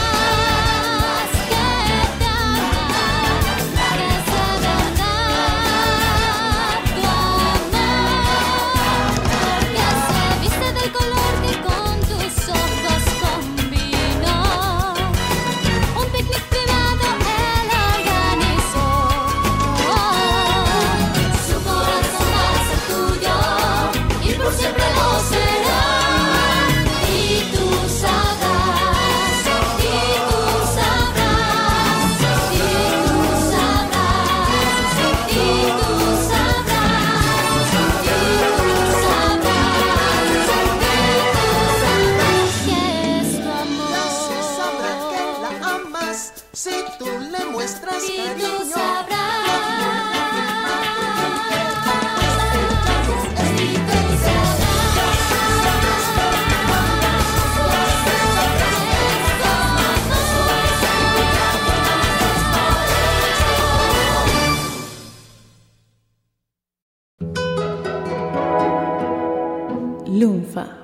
Sabrás que te amas, que es verdad tu amor, porque se viste del color que con tus ojos combinó. Un picnic privado él organizó. Su corazón va a ser tuyo y por siempre lo será. Y tú sabrás, y tú sabrás, y tú sabrás, y tú sabrás, y tú sabrás, y tú sabrás que es tu
Se sabrá que
amor.
la amas si tú le muestras
Y
cariño.
tú sabrás, y tú
Lunfa.